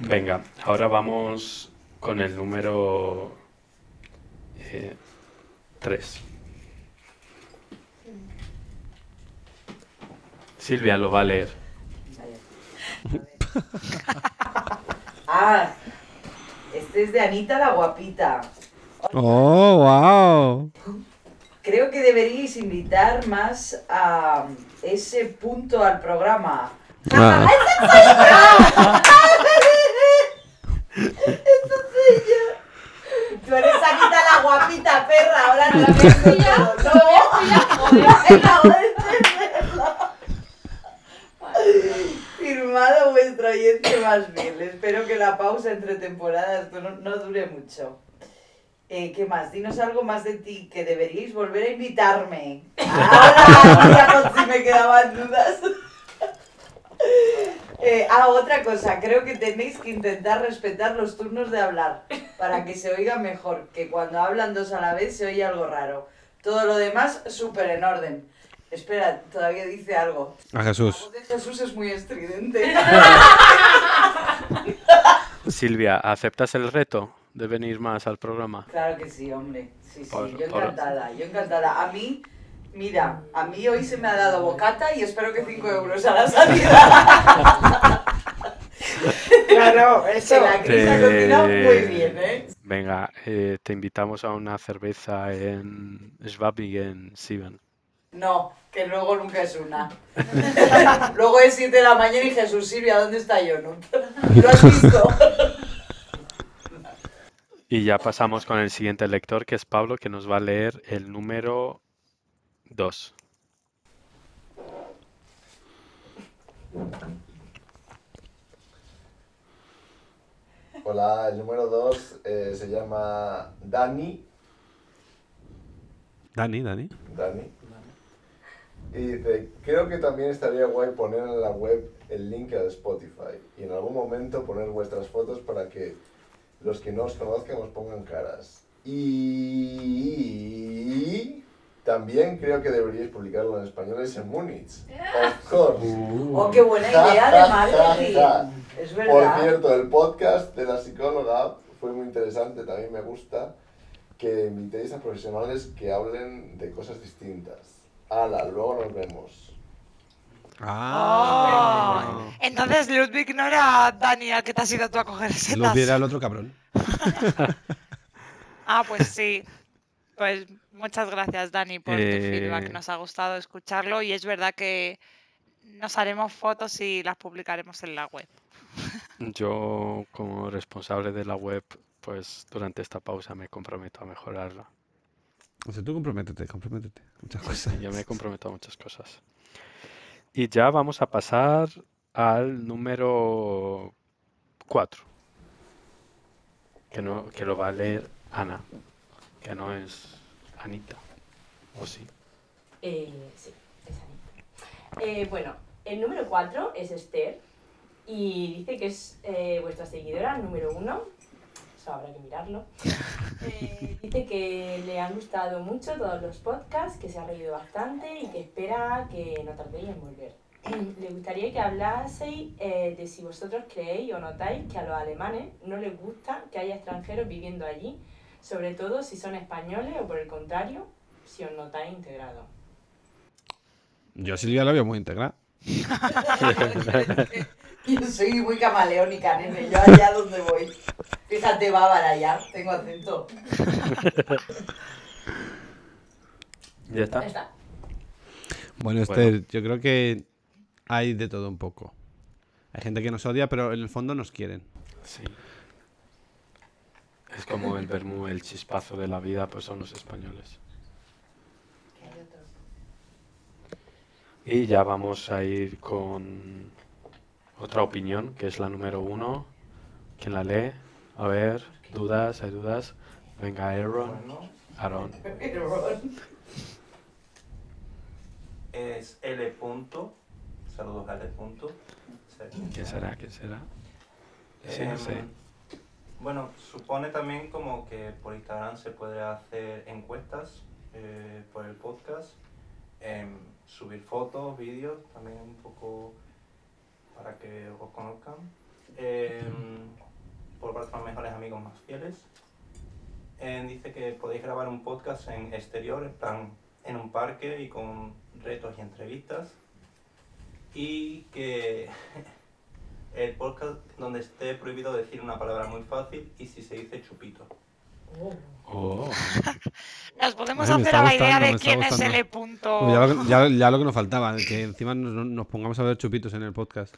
S3: Venga, ahora vamos con el número eh, 3. Silvia lo va a leer.
S6: Ah, este es de Anita la guapita.
S4: ¡Oh, wow!
S6: Creo que deberíais invitar más a ese punto al programa.
S4: Ah,
S6: Tú eres Anita la guapita, perra. Ahora no la ves
S9: Sí, ya.
S6: todo, ¿no? Firmado vuestro oyente más bien. Espero que la pausa entre temporadas no, no dure mucho. Eh, ¿Qué más? Dinos algo más de ti, que deberíais volver a invitarme. Ahora, ya por si me quedaban dudas. Eh, ah, otra cosa, creo que tenéis que intentar respetar los turnos de hablar para que se oiga mejor, que cuando hablan dos a la vez se oye algo raro. Todo lo demás súper en orden. Espera, todavía dice algo.
S4: Ah, a
S6: La
S4: Jesús.
S6: voz de Jesús es muy estridente.
S3: Silvia, ¿aceptas el reto de venir más al programa?
S6: Claro que sí, hombre. Sí, sí,
S3: Por-
S6: yo
S3: por-
S6: encantada, yo encantada. A mí, mira, a mí hoy se me ha dado bocata y espero que 5 euros a la salida.
S5: Claro,
S6: Se la Cris ha
S3: Te-
S6: cocinado muy bien, ¿eh?
S3: Venga, eh, te invitamos a una cerveza en Schwabigen 7.
S6: No, que luego nunca es una. luego es 7 de la mañana y Jesús Silvia, ¿dónde está yo? No? ¿Lo has visto?
S3: Y ya pasamos con el siguiente lector, que es Pablo, que nos va a leer el número 2.
S2: Hola, el número 2 se llama Dani.
S4: Dani, Dani.
S2: Dani. Y dice, creo que también estaría guay poner en la web el link al Spotify y en algún momento poner vuestras fotos para que los que no os conozcan os pongan caras. Y también creo que deberíais publicarlo en español es en Múnich. Of course.
S6: Oh, qué buena
S2: Ja,
S6: idea
S2: ja,
S6: de
S2: ja, ja.
S6: marketing. Es
S2: Por
S6: verdad.
S2: cierto, el podcast de la psicóloga fue muy interesante, también me gusta. que invitéis a profesionales que hablen de cosas distintas. Ala, luego nos vemos.
S4: Ah.
S5: Oh. Entonces Ludwig no era Dani al que te has ido tú a coger setas.
S4: Lo diera el otro cabrón.
S5: Ah, pues sí. Pues muchas gracias, Dani, por
S3: Eh,
S5: tu feedback. Nos ha gustado escucharlo y es verdad que nos haremos fotos y las publicaremos en la web.
S3: Yo, como responsable de la web, pues durante esta pausa me comprometo a mejorarla.
S4: O sea, tú comprométete, comprométete. Muchas cosas.
S3: Yo me comprometo a muchas cosas. Y ya vamos a pasar al número 4. Que, no, que lo va a leer Ana. Que no es Anita. ¿O sí?
S8: Eh, sí, es Anita. Eh, bueno, el número 4 es Esther y dice que es eh, vuestra seguidora número 1. Eso habrá que mirarlo. Eh, dice que le han gustado mucho todos los podcasts, que se ha reído bastante y que espera que no tardéis en volver. Le gustaría que hablaseis eh, de si vosotros creéis o notáis que a los alemanes no les gusta que haya extranjeros viviendo allí, sobre todo si son españoles o por el contrario, si os notáis integrados.
S4: Yo a Silvia la veo muy integrada.
S6: Yo soy muy camaleónica, nene. Yo allá donde voy. Fíjate, bávara ya. Tengo acento.
S3: ¿Ya está?
S8: Ya está.
S4: Bueno, Esther, yo creo que hay de todo un poco. Hay gente que nos odia, pero en el fondo nos quieren.
S3: Sí. Es como el vermú, el chispazo de la vida, pues son los españoles. Y ya vamos a ir con otra opinión, que es la número uno. ¿Quién la lee? A ver, dudas, hay dudas. Venga, Aaron.
S7: Bueno,
S3: Aaron.
S7: es L. Punto. Saludos a L. Punto.
S3: ¿Quién será? ¿Quién será? Sí,
S7: Em,
S3: sí.
S7: Bueno, supone también como que por Instagram se puede hacer encuestas eh, por el podcast, em, subir fotos, vídeos, también un poco para que os conozcan, em, por vuestros mejores amigos más fieles. Em, dice que podéis grabar un podcast en exterior, en plan, en un parque y con retos y entrevistas. Y que el podcast donde esté prohibido decir una palabra muy fácil y si se dice chupito.
S3: Oh,
S5: Nos podemos
S4: Ay, me
S5: hacer
S4: está
S5: a la idea
S4: gustando,
S5: de
S4: me está
S5: quién es
S4: gustando.
S5: el punto.
S4: Uy, Pues ya, lo, ya- ya lo que nos faltaba, que encima nos, nos pongamos a ver chupitos en el podcast.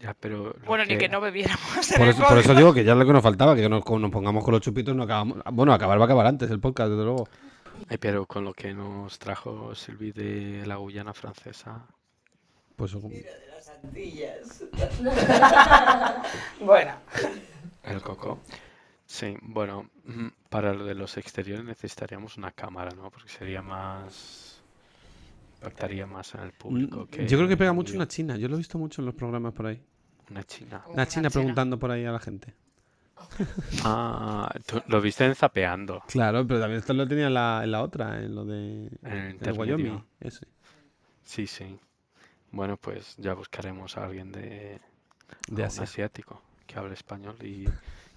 S3: ya, pero. lo
S5: Bueno, ni que no bebiéramos en
S4: Por
S5: el
S4: eso, por eso
S5: podcast.
S4: digo que ya es lo que nos faltaba, que nos, nos pongamos con los chupitos, no acabamos. Bueno, acabar va a acabar antes el podcast, desde luego.
S3: Ay, pero con lo que nos trajo Silvi de la Guyana francesa.
S4: Pues
S6: de las Antillas.
S5: Bueno,
S3: El coco. Sí, bueno, mm, para lo de los exteriores necesitaríamos una cámara, ¿no? Porque sería más... impactaría más en el público que...
S4: mm, yo creo que pega mucho
S3: yo-
S4: una china. Yo lo he visto mucho en los programas por ahí.
S3: una china.
S5: Una
S4: Una china
S5: china.
S4: preguntando por ahí a la gente.
S3: Ah, tú lo viste en Zapeando.
S4: Claro, pero también esto lo tenía en la, en la otra, en lo de
S3: En el
S4: en
S3: intermedio.
S4: Wyoming. Ese.
S3: Sí, sí. Bueno, pues ya buscaremos a alguien de...
S4: De
S3: a un
S4: Asia.
S3: asiático que hable español y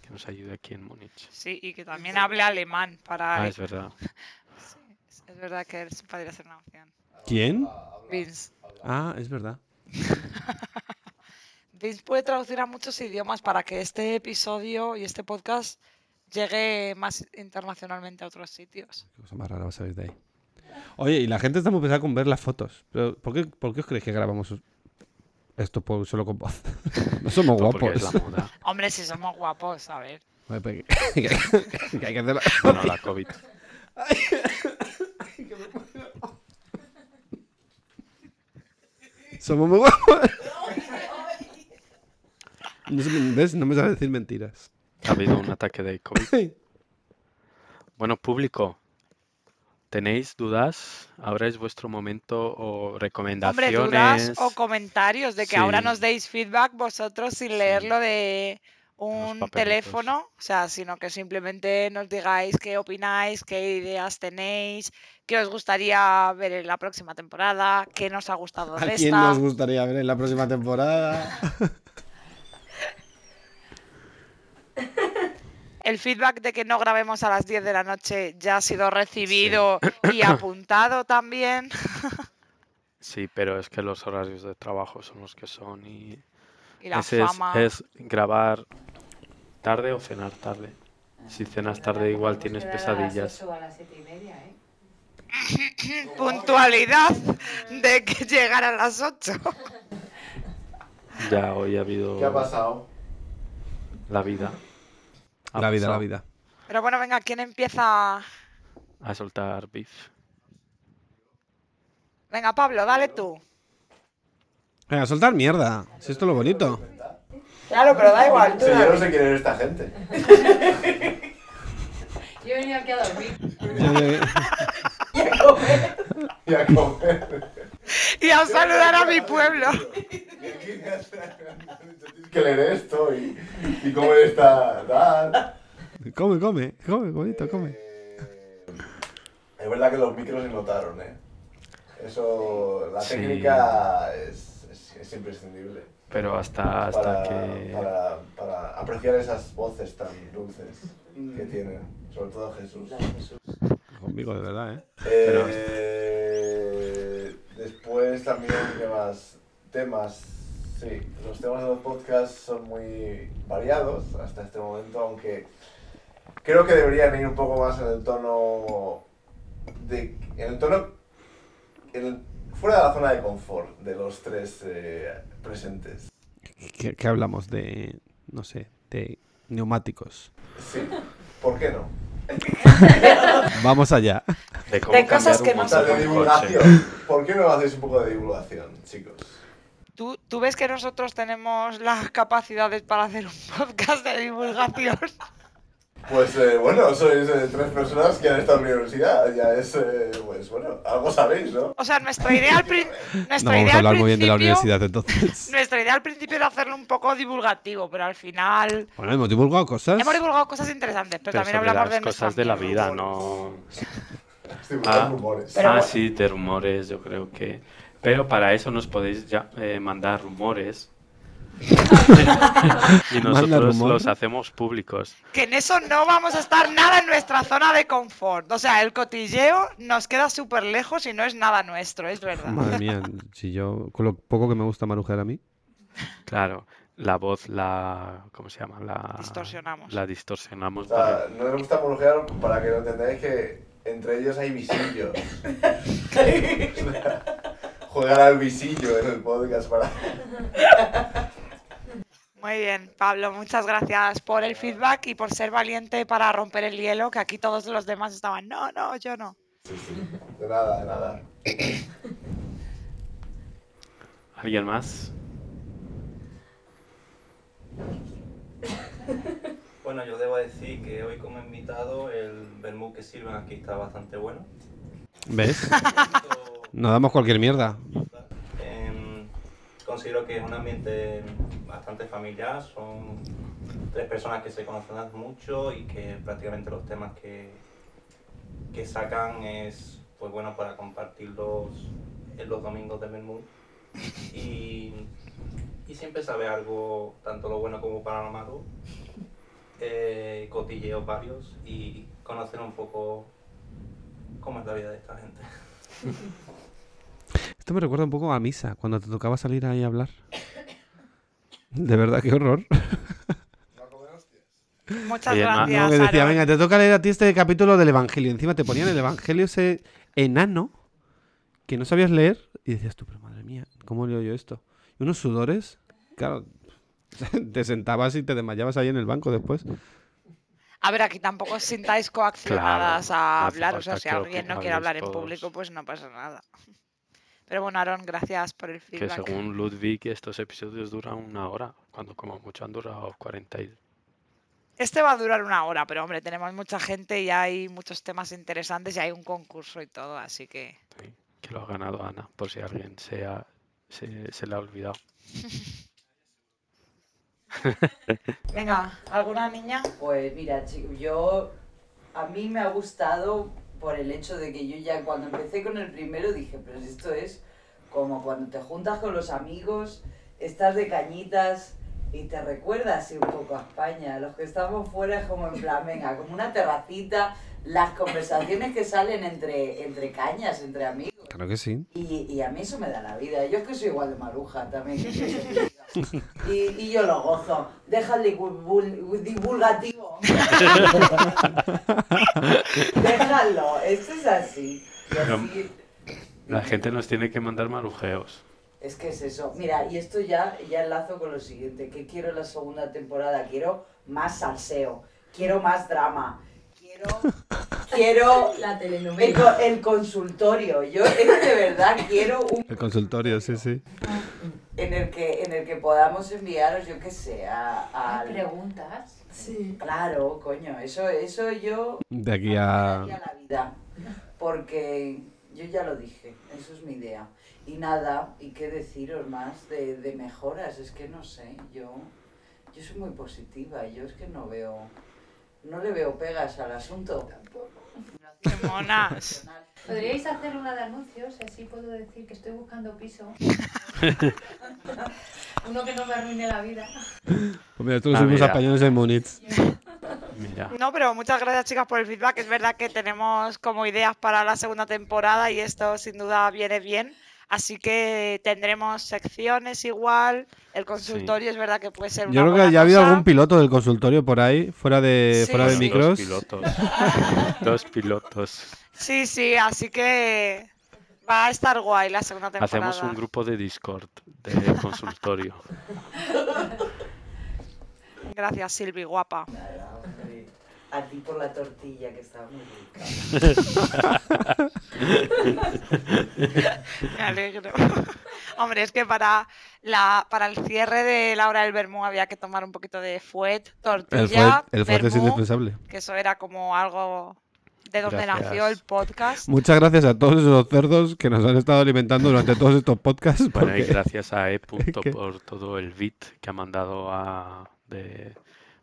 S3: que nos ayude aquí en Múnich.
S5: sí, y que también hable alemán para...
S3: Ah, es verdad.
S5: Sí, es- es verdad que es- podría ser una opción.
S4: ¿Quién?
S5: Vince.
S4: Ah, es verdad.
S5: Vince puede traducir a muchos idiomas para que este episodio y este podcast llegue más internacionalmente a otros sitios.
S4: Qué cosa más rara va a salir de ahí. Oye, y la gente está muy pesada con ver las fotos. Pero, ¿por, qué, por qué os creéis que grabamos esto por- solo con voz? No somos
S3: Pues porque
S4: guapos.
S3: es la moda.
S5: Hombre, si somos guapos, a ver.
S4: Oye, pues, que- que- que hay que hacerlo.
S3: Bueno, la COVID.
S4: Somos muy guapos. No sé, ¿Ves? No me sabes decir mentiras.
S3: Ha habido un ataque de COVID. Bueno, público, ¿tenéis dudas? Ahora es vuestro momento o
S5: Hombre, dudas
S3: recomendaciones.
S5: o comentarios de que ahora
S3: Sí.
S5: nos deis feedback vosotros sin
S3: Sí.
S5: leerlo de
S3: unos
S5: un
S3: papelitos.
S5: teléfono, o sea, sino que simplemente nos digáis qué opináis, qué ideas tenéis, qué os gustaría ver en la próxima temporada, qué nos ha gustado
S4: ¿A
S5: de
S4: quién
S5: esta.
S4: nos gustaría ver en la próxima temporada?
S5: El feedback de que no grabemos a las 10 de la noche ya ha sido recibido y apuntado también.
S3: Sí, pero es que los horarios de trabajo son los que son y
S5: Y la
S3: ese es-
S5: fama.
S3: es, grabar tarde o cenar tarde. Si cenas tarde igual tienes pesadillas.
S9: a las siete y media, ¿eh?
S5: Puntualidad de que llegara a las 8.
S3: Ya hoy ha
S2: ¿Qué ha
S3: habido
S2: pasado?
S3: la vida. Ha
S4: La vida, la
S3: pasado
S4: vida.
S5: Pero bueno, venga, ¿quién empieza?
S3: A soltar beef.
S5: Venga, Pablo, dale tú.
S4: Venga, soltar mierda. Si esto es lo bonito.
S5: Claro, pero da igual.
S2: Sí, yo no sé quién es esta gente.
S9: Yo he venido aquí a dormir.
S4: Ya llegué.
S2: Y a comer.
S5: Y a saludar a mi pueblo.
S2: Tienes que leer esto y, y comer esta... tal.
S4: Come, come, come, bonito, come.
S2: Eh, es verdad que los micros se notaron, ¿eh? Eso, la
S3: Sí.
S2: técnica es, es- es imprescindible
S3: Pero hasta hasta
S2: para,
S3: que
S2: para, para apreciar esas voces tan dulces que tienen, sobre todo Jesús.
S4: Conmigo, de verdad, ¿eh?
S2: Eh, después también, ¿qué más? Temas. Sí, los temas de los podcasts son muy variados hasta este momento, aunque creo que deberían ir un poco más en el tono de... En el tono... en el- fuera de la zona de confort de los tres eh, presentes.
S4: ¿Qué, qué hablamos? De, no sé, de neumáticos.
S2: Sí, ¿por qué no?
S4: Vamos allá.
S3: de cómo
S5: de cosas
S2: O
S3: cambiar un
S5: que no Vamos
S2: sea,
S5: a
S2: de
S3: motor de un coche.
S2: divulgación. ¿Por qué no hacéis un poco de divulgación, chicos?
S5: ¿Tú, tú ves que nosotros tenemos las capacidades para hacer un podcast de divulgación.
S2: Pues eh, bueno, sois eh, tres personas que han estado en la universidad, ya es, eh, pues bueno, algo sabéis, ¿no?
S5: O sea, nuestra idea al, prin-
S4: No
S5: nuestra
S4: vamos
S5: idea
S4: a
S5: al
S4: hablar muy bien de la
S5: principio-
S4: universidad, entonces.
S5: Nuestra idea al principio era hacerlo un poco divulgativo, pero al final
S4: Bueno, hemos divulgado cosas.
S5: hemos divulgado cosas interesantes, pero,
S3: Pero
S5: también
S3: sobre
S5: hablamos
S3: las
S5: de nuestra
S3: cosas de la
S5: mierda.
S3: vida, no.
S2: Estoy buscando
S3: Ah.
S2: rumores.
S3: ah, sí, de rumores, yo creo que. Pero para eso nos podéis ya, eh, mandar rumores. y
S4: Manda
S3: nosotros
S4: rumor.
S3: los hacemos públicos.
S5: Que en eso no vamos a estar nada en nuestra zona de confort. O sea, el cotilleo nos queda súper lejos y no es nada nuestro, es verdad.
S4: Madre mía, si yo, con lo poco que me gusta Marujer a mí.
S3: Claro, la voz la. ¿Cómo se llama? La
S5: Distorsionamos.
S3: La distorsionamos.
S2: O sea, no me gusta mologear para que lo entendáis que entre ellos hay visillos. O sea, Jugar al visillo en el podcast para...
S5: Muy bien, Pablo, muchas gracias por el feedback y por ser valiente para romper el hielo, que aquí todos los demás estaban, no, no, yo no.
S2: De nada, de nada.
S3: por- ¿Alguien más?
S7: Bueno, yo debo decir que hoy como invitado el vermú que sirven aquí está bastante bueno.
S4: ¿Ves? Nos damos cualquier mierda.
S7: Em, considero que es un ambiente bastante familiar, son tres personas que se conocen hace mucho y que prácticamente los temas que, que sacan es pues bueno para compartirlos en los domingos de Bermud. Y, y siempre sabe algo, tanto lo bueno como para lo malo, eh, cotilleos varios y conocer un poco cómo es la vida de esta gente.
S4: Esto me recuerda un poco a misa, cuando te tocaba salir ahí a hablar. De verdad, qué horror.
S5: Muchas
S3: Oye, ma-
S4: Ah, No,
S5: gracias.
S4: que decía,
S5: Aaron.
S4: venga, te toca leer a ti este capítulo del Evangelio. Encima te ponían el Evangelio ese enano que no sabías leer y decías tú, pero madre mía, ¿cómo leo yo esto? Y unos sudores, claro, te sentabas y te desmayabas ahí en el banco después.
S5: A ver, aquí tampoco os sintáis coaccionadas
S3: Claro,
S5: a
S3: no hace
S5: hablar. O sea,
S3: falta
S5: si
S3: que-
S5: alguien
S3: que
S5: no quiere hablar
S3: habléis
S5: en público,
S3: todos.
S5: pues no pasa nada. Pero bueno, Aaron, gracias por el
S3: Que
S5: feedback.
S3: según Ludwig estos episodios duran una hora, cuando como mucho han durado 40 y...
S5: Este va a durar una hora, pero hombre, tenemos mucha gente y hay muchos temas interesantes y hay un concurso y todo, así que.
S3: que lo ha ganado Ana, por si alguien se, ha- se, se le ha olvidado.
S5: Venga, ¿alguna niña?
S6: Pues mira, chico, yo a mí me ha gustado por el hecho de que yo ya cuando empecé con el primero dije, pero si esto es como cuando te juntas con los amigos, estás de cañitas, y te recuerda así un poco a España. Los que estamos fuera es como en plan, venga, como una terracita, las conversaciones que salen entre, entre cañas, entre amigos.
S4: Claro que sí.
S6: Y, y a mí eso me da la vida. Yo es que soy igual de maruja también. que soy de vida. y, y yo lo gozo. Deja el divulgu- divulgativo. Déjalo. Esto es así. Y
S3: No.
S6: así-
S3: La gente nos tiene que mandar marujeos.
S6: Es que es eso. Mira, y esto ya, ya enlazo con lo siguiente. ¿Qué quiero en la segunda temporada? Quiero más salseo. Quiero más drama. Quiero... quiero
S8: La
S6: el,
S8: telenovela.
S6: co- el consultorio. Yo es que de verdad quiero un...
S4: El consultorio, sí, sí.
S6: en el que en el que podamos enviaros yo que sé a,
S9: Ah,
S6: al-
S9: preguntas.
S8: Sí.
S6: claro coño eso eso yo
S4: De aquí
S6: aquí
S4: a.
S6: a la vida porque yo ya lo dije eso es mi idea y nada y qué deciros más de, de mejoras es que no sé yo yo soy muy positiva yo es que no veo no le veo pegas al asunto
S5: ¡Qué monas!
S9: Podríais hacer una de anuncios, así puedo decir que estoy buscando piso. Uno que no me arruine la vida.
S4: Pues mira, todos
S3: Ah,
S4: somos
S3: mira.
S4: españoles en Múnich.
S3: Mira.
S5: No, pero muchas gracias, chicas, por el feedback. Es verdad que tenemos como ideas para la segunda temporada y esto sin duda viene bien. Así que tendremos secciones igual. El consultorio es verdad que puede ser una
S4: Yo creo
S5: buena
S4: que ya ha habido
S5: cosa.
S4: algún piloto del consultorio por ahí, fuera de,
S5: Sí,
S4: fuera de
S5: sí.
S4: micros.
S3: Dos pilotos. Dos pilotos.
S5: Sí, sí, así que va a estar guay la segunda temporada.
S3: Hacemos un grupo de Discord de consultorio.
S5: Gracias, Silvi, guapa.
S6: Nada, hombre. a ti por la tortilla que estaba muy rica
S5: Me alegro. Hombre, es que para, la, para el cierre de la hora del vermú había que tomar un poquito de fuet,
S4: El
S5: tortilla,
S4: fuerte, el fuerte es
S5: vermú,
S4: indispensable.
S5: que eso era como algo de donde
S3: Gracias.
S5: nació el podcast.
S4: Muchas gracias a todos esos cerdos que nos han estado alimentando durante todos estos podcasts.
S3: Bueno, y
S4: porque-
S3: gracias a E. Punto
S4: ¿Qué?
S3: por todo el beat que ha mandado a. de.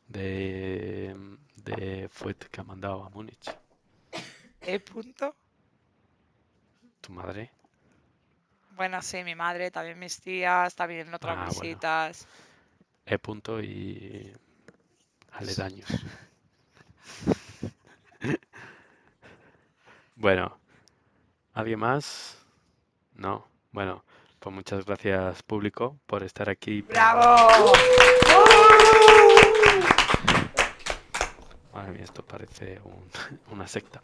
S3: de. de Fuet que ha mandado a Múnich.
S5: ¿Qué punto?
S3: Tu madre.
S5: Bueno, sí, mi madre, también mis tías, también otras
S3: Ah, bueno.
S5: visitas.
S3: E. Punto y. aledaños. Bueno, ¿alguien más? No. Bueno, pues muchas gracias, público, por estar aquí. por-
S5: ¡Bravo!
S3: Madre mía, esto parece un- una secta.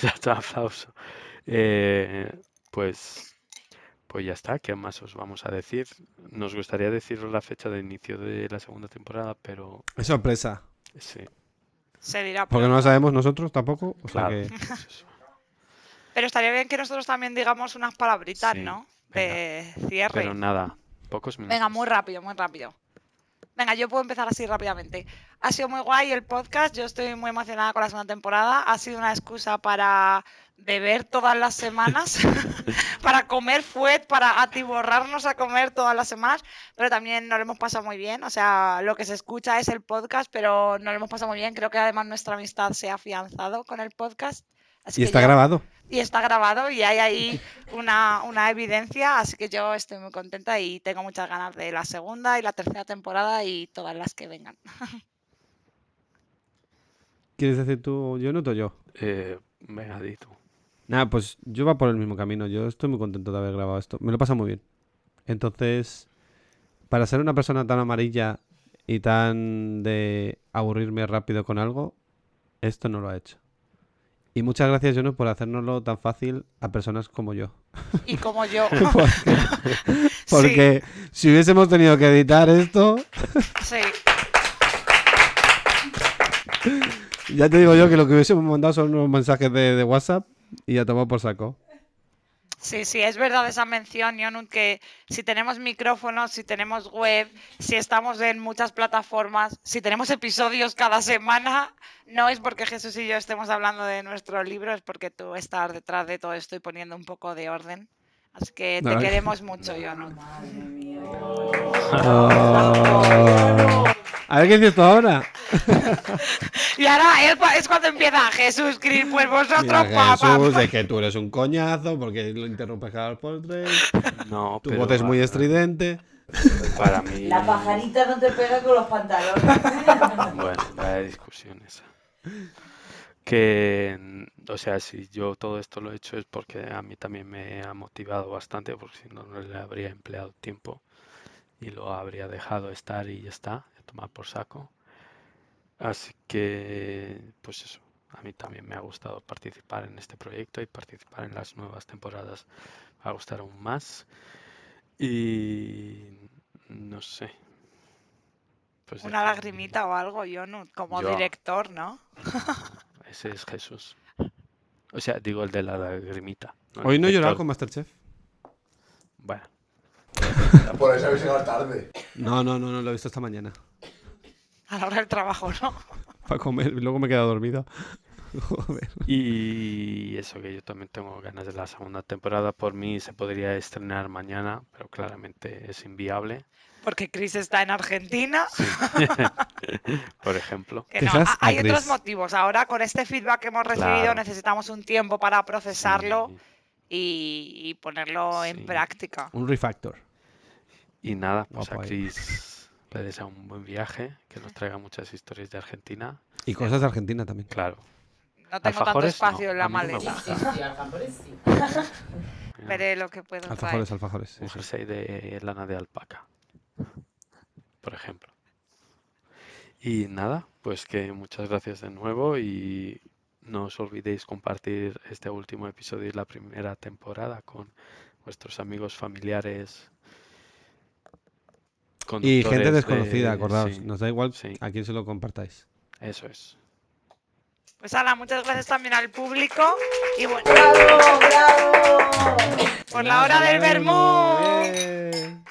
S3: Tanto aplauso. Eh, pues, pues ya está, ¿qué más os vamos a decir? Nos gustaría deciros la fecha de inicio de la segunda temporada, pero
S4: Es sorpresa.
S3: sí,
S5: Se dirá.
S4: Porque no
S5: pronto.
S4: la sabemos nosotros tampoco. O sea
S3: claro.
S4: que.
S3: pues eso.
S5: Pero estaría bien que nosotros también digamos unas palabritas,
S3: Sí,
S5: ¿no?
S3: venga.
S5: De cierre.
S3: Pero nada, pocos
S5: Venga,
S3: minutos.
S5: muy rápido, muy rápido. Venga, yo puedo empezar así rápidamente. Ha sido muy guay el podcast, yo estoy muy emocionada con la segunda temporada. Ha sido una excusa para beber todas las semanas, para comer fuet, para atiborrarnos a comer todas las semanas, pero también nos lo hemos pasado muy bien. O sea, lo que se escucha es el podcast, pero nos lo hemos pasado muy bien. Creo que además nuestra amistad se ha afianzado con el podcast. Así
S4: Y
S5: que
S4: está
S5: yo-
S4: grabado.
S5: y está grabado y hay ahí una, una evidencia, así que yo estoy muy contenta y tengo muchas ganas de la segunda y la tercera temporada y todas las que vengan.
S4: ¿Quieres decir tú yo noto yo?
S3: Eh, venga, di tú.
S4: Nada, pues yo va por el mismo camino. Yo estoy muy contento de haber grabado esto. Me lo pasa muy bien. Entonces, para ser una persona tan amarilla y tan de aburrirme rápido con algo, esto no lo ha hecho. Y muchas gracias, Jonas, por hacérnoslo tan fácil a personas como yo.
S5: Y como yo,
S4: Porque,
S5: Sí.
S4: porque si hubiésemos tenido que editar esto,
S5: sí,
S4: ya te digo yo que lo que hubiésemos mandado son unos mensajes de, de WhatsApp y ya tomado por saco.
S5: sí, sí, es verdad esa mención, Yonun, que si tenemos micrófonos, si tenemos web, si estamos en muchas plataformas, si tenemos episodios cada semana, no es porque Jesús y yo estemos hablando de nuestro libro, es porque tú estás detrás de todo esto y poniendo un poco de orden. Así que te
S4: Nada.
S5: queremos mucho, Yonun.
S6: madre mía qué
S5: Ah.
S4: Oh. A ver qué dices tú ahora.
S5: Y ahora es, cua- es cuando empieza Jesús, Cris, pues vosotros,
S4: Mira,
S5: pa, pa,
S4: Jesús,
S5: pa.
S4: es que tú eres un coñazo porque lo interrumpes cada por tres.
S3: No,
S4: Tu
S3: pero
S4: voz es muy
S3: ah,
S4: estridente.
S3: Para mí.
S6: La pajarita no te pega con los pantalones.
S3: Bueno, la discusión esa. Que, mm, o sea, si yo todo esto lo he hecho es porque a mí también me ha motivado bastante, porque si no, no le habría empleado tiempo y lo habría dejado estar y ya está, a tomar por saco. Así que, pues eso, a mí también me ha gustado participar en este proyecto y participar en las nuevas temporadas. Me va a gustar aún más. Y no sé. Pues
S5: Una
S3: déjame-
S5: lagrimita o algo, yo no, como
S3: Yo.
S5: director, ¿no?
S3: Ese es Jesús. O sea, digo el de la lagrimita. el
S4: Hoy no he llorado
S3: director.
S4: con Masterchef.
S3: Bueno,
S2: Por eso habéis llegado tarde.
S4: No, no, no, no, lo he visto esta mañana.
S5: A la hora del trabajo, ¿no?
S4: Para comer, luego me he quedado dormido. Joder.
S3: y eso que yo también tengo ganas de la segunda temporada. Por mí se podría estrenar mañana, pero claramente es inviable,
S5: Porque Chris está en Argentina.
S3: por ejemplo.
S5: Que no,
S4: Quizás
S5: ha- hay
S4: a
S5: otros
S4: Chris.
S5: motivos. Ahora con este feedback que hemos recibido
S3: Claro.
S5: necesitamos un tiempo para procesarlo
S3: Sí.
S5: y, y ponerlo
S3: Sí.
S5: en práctica.
S4: Un refactor.
S3: Y nada, pues a
S4: Guapo ahí.
S3: Cris le deseo un buen viaje, que nos traiga muchas historias de Argentina.
S4: Y cosas de Argentina también.
S3: Claro.
S5: No tengo tanto
S3: Alfajores, no,
S5: espacio en la
S3: a mí no me
S5: maleta.
S6: Iya,
S3: gusta.
S8: Sí, sí, alfajores sí.
S3: mira,
S5: Veré lo que puedo traer.
S4: Alfajores, alfajores. sí,
S3: un
S4: sí.
S3: jersey de lana de alpaca, por ejemplo. Y nada, pues que muchas gracias de nuevo y no os olvidéis compartir este último episodio y la primera temporada con vuestros amigos, familiares.
S4: Y gente
S3: conductores
S4: desconocida,
S3: de-
S4: acordaos.
S3: sí,
S4: Nos da igual
S3: sí.
S4: a quién se lo compartáis.
S3: eso es.
S5: Pues ala, muchas gracias también al público y bueno,
S6: ¡Bravo, bravo!
S5: por la hora del vermú.
S4: Bien.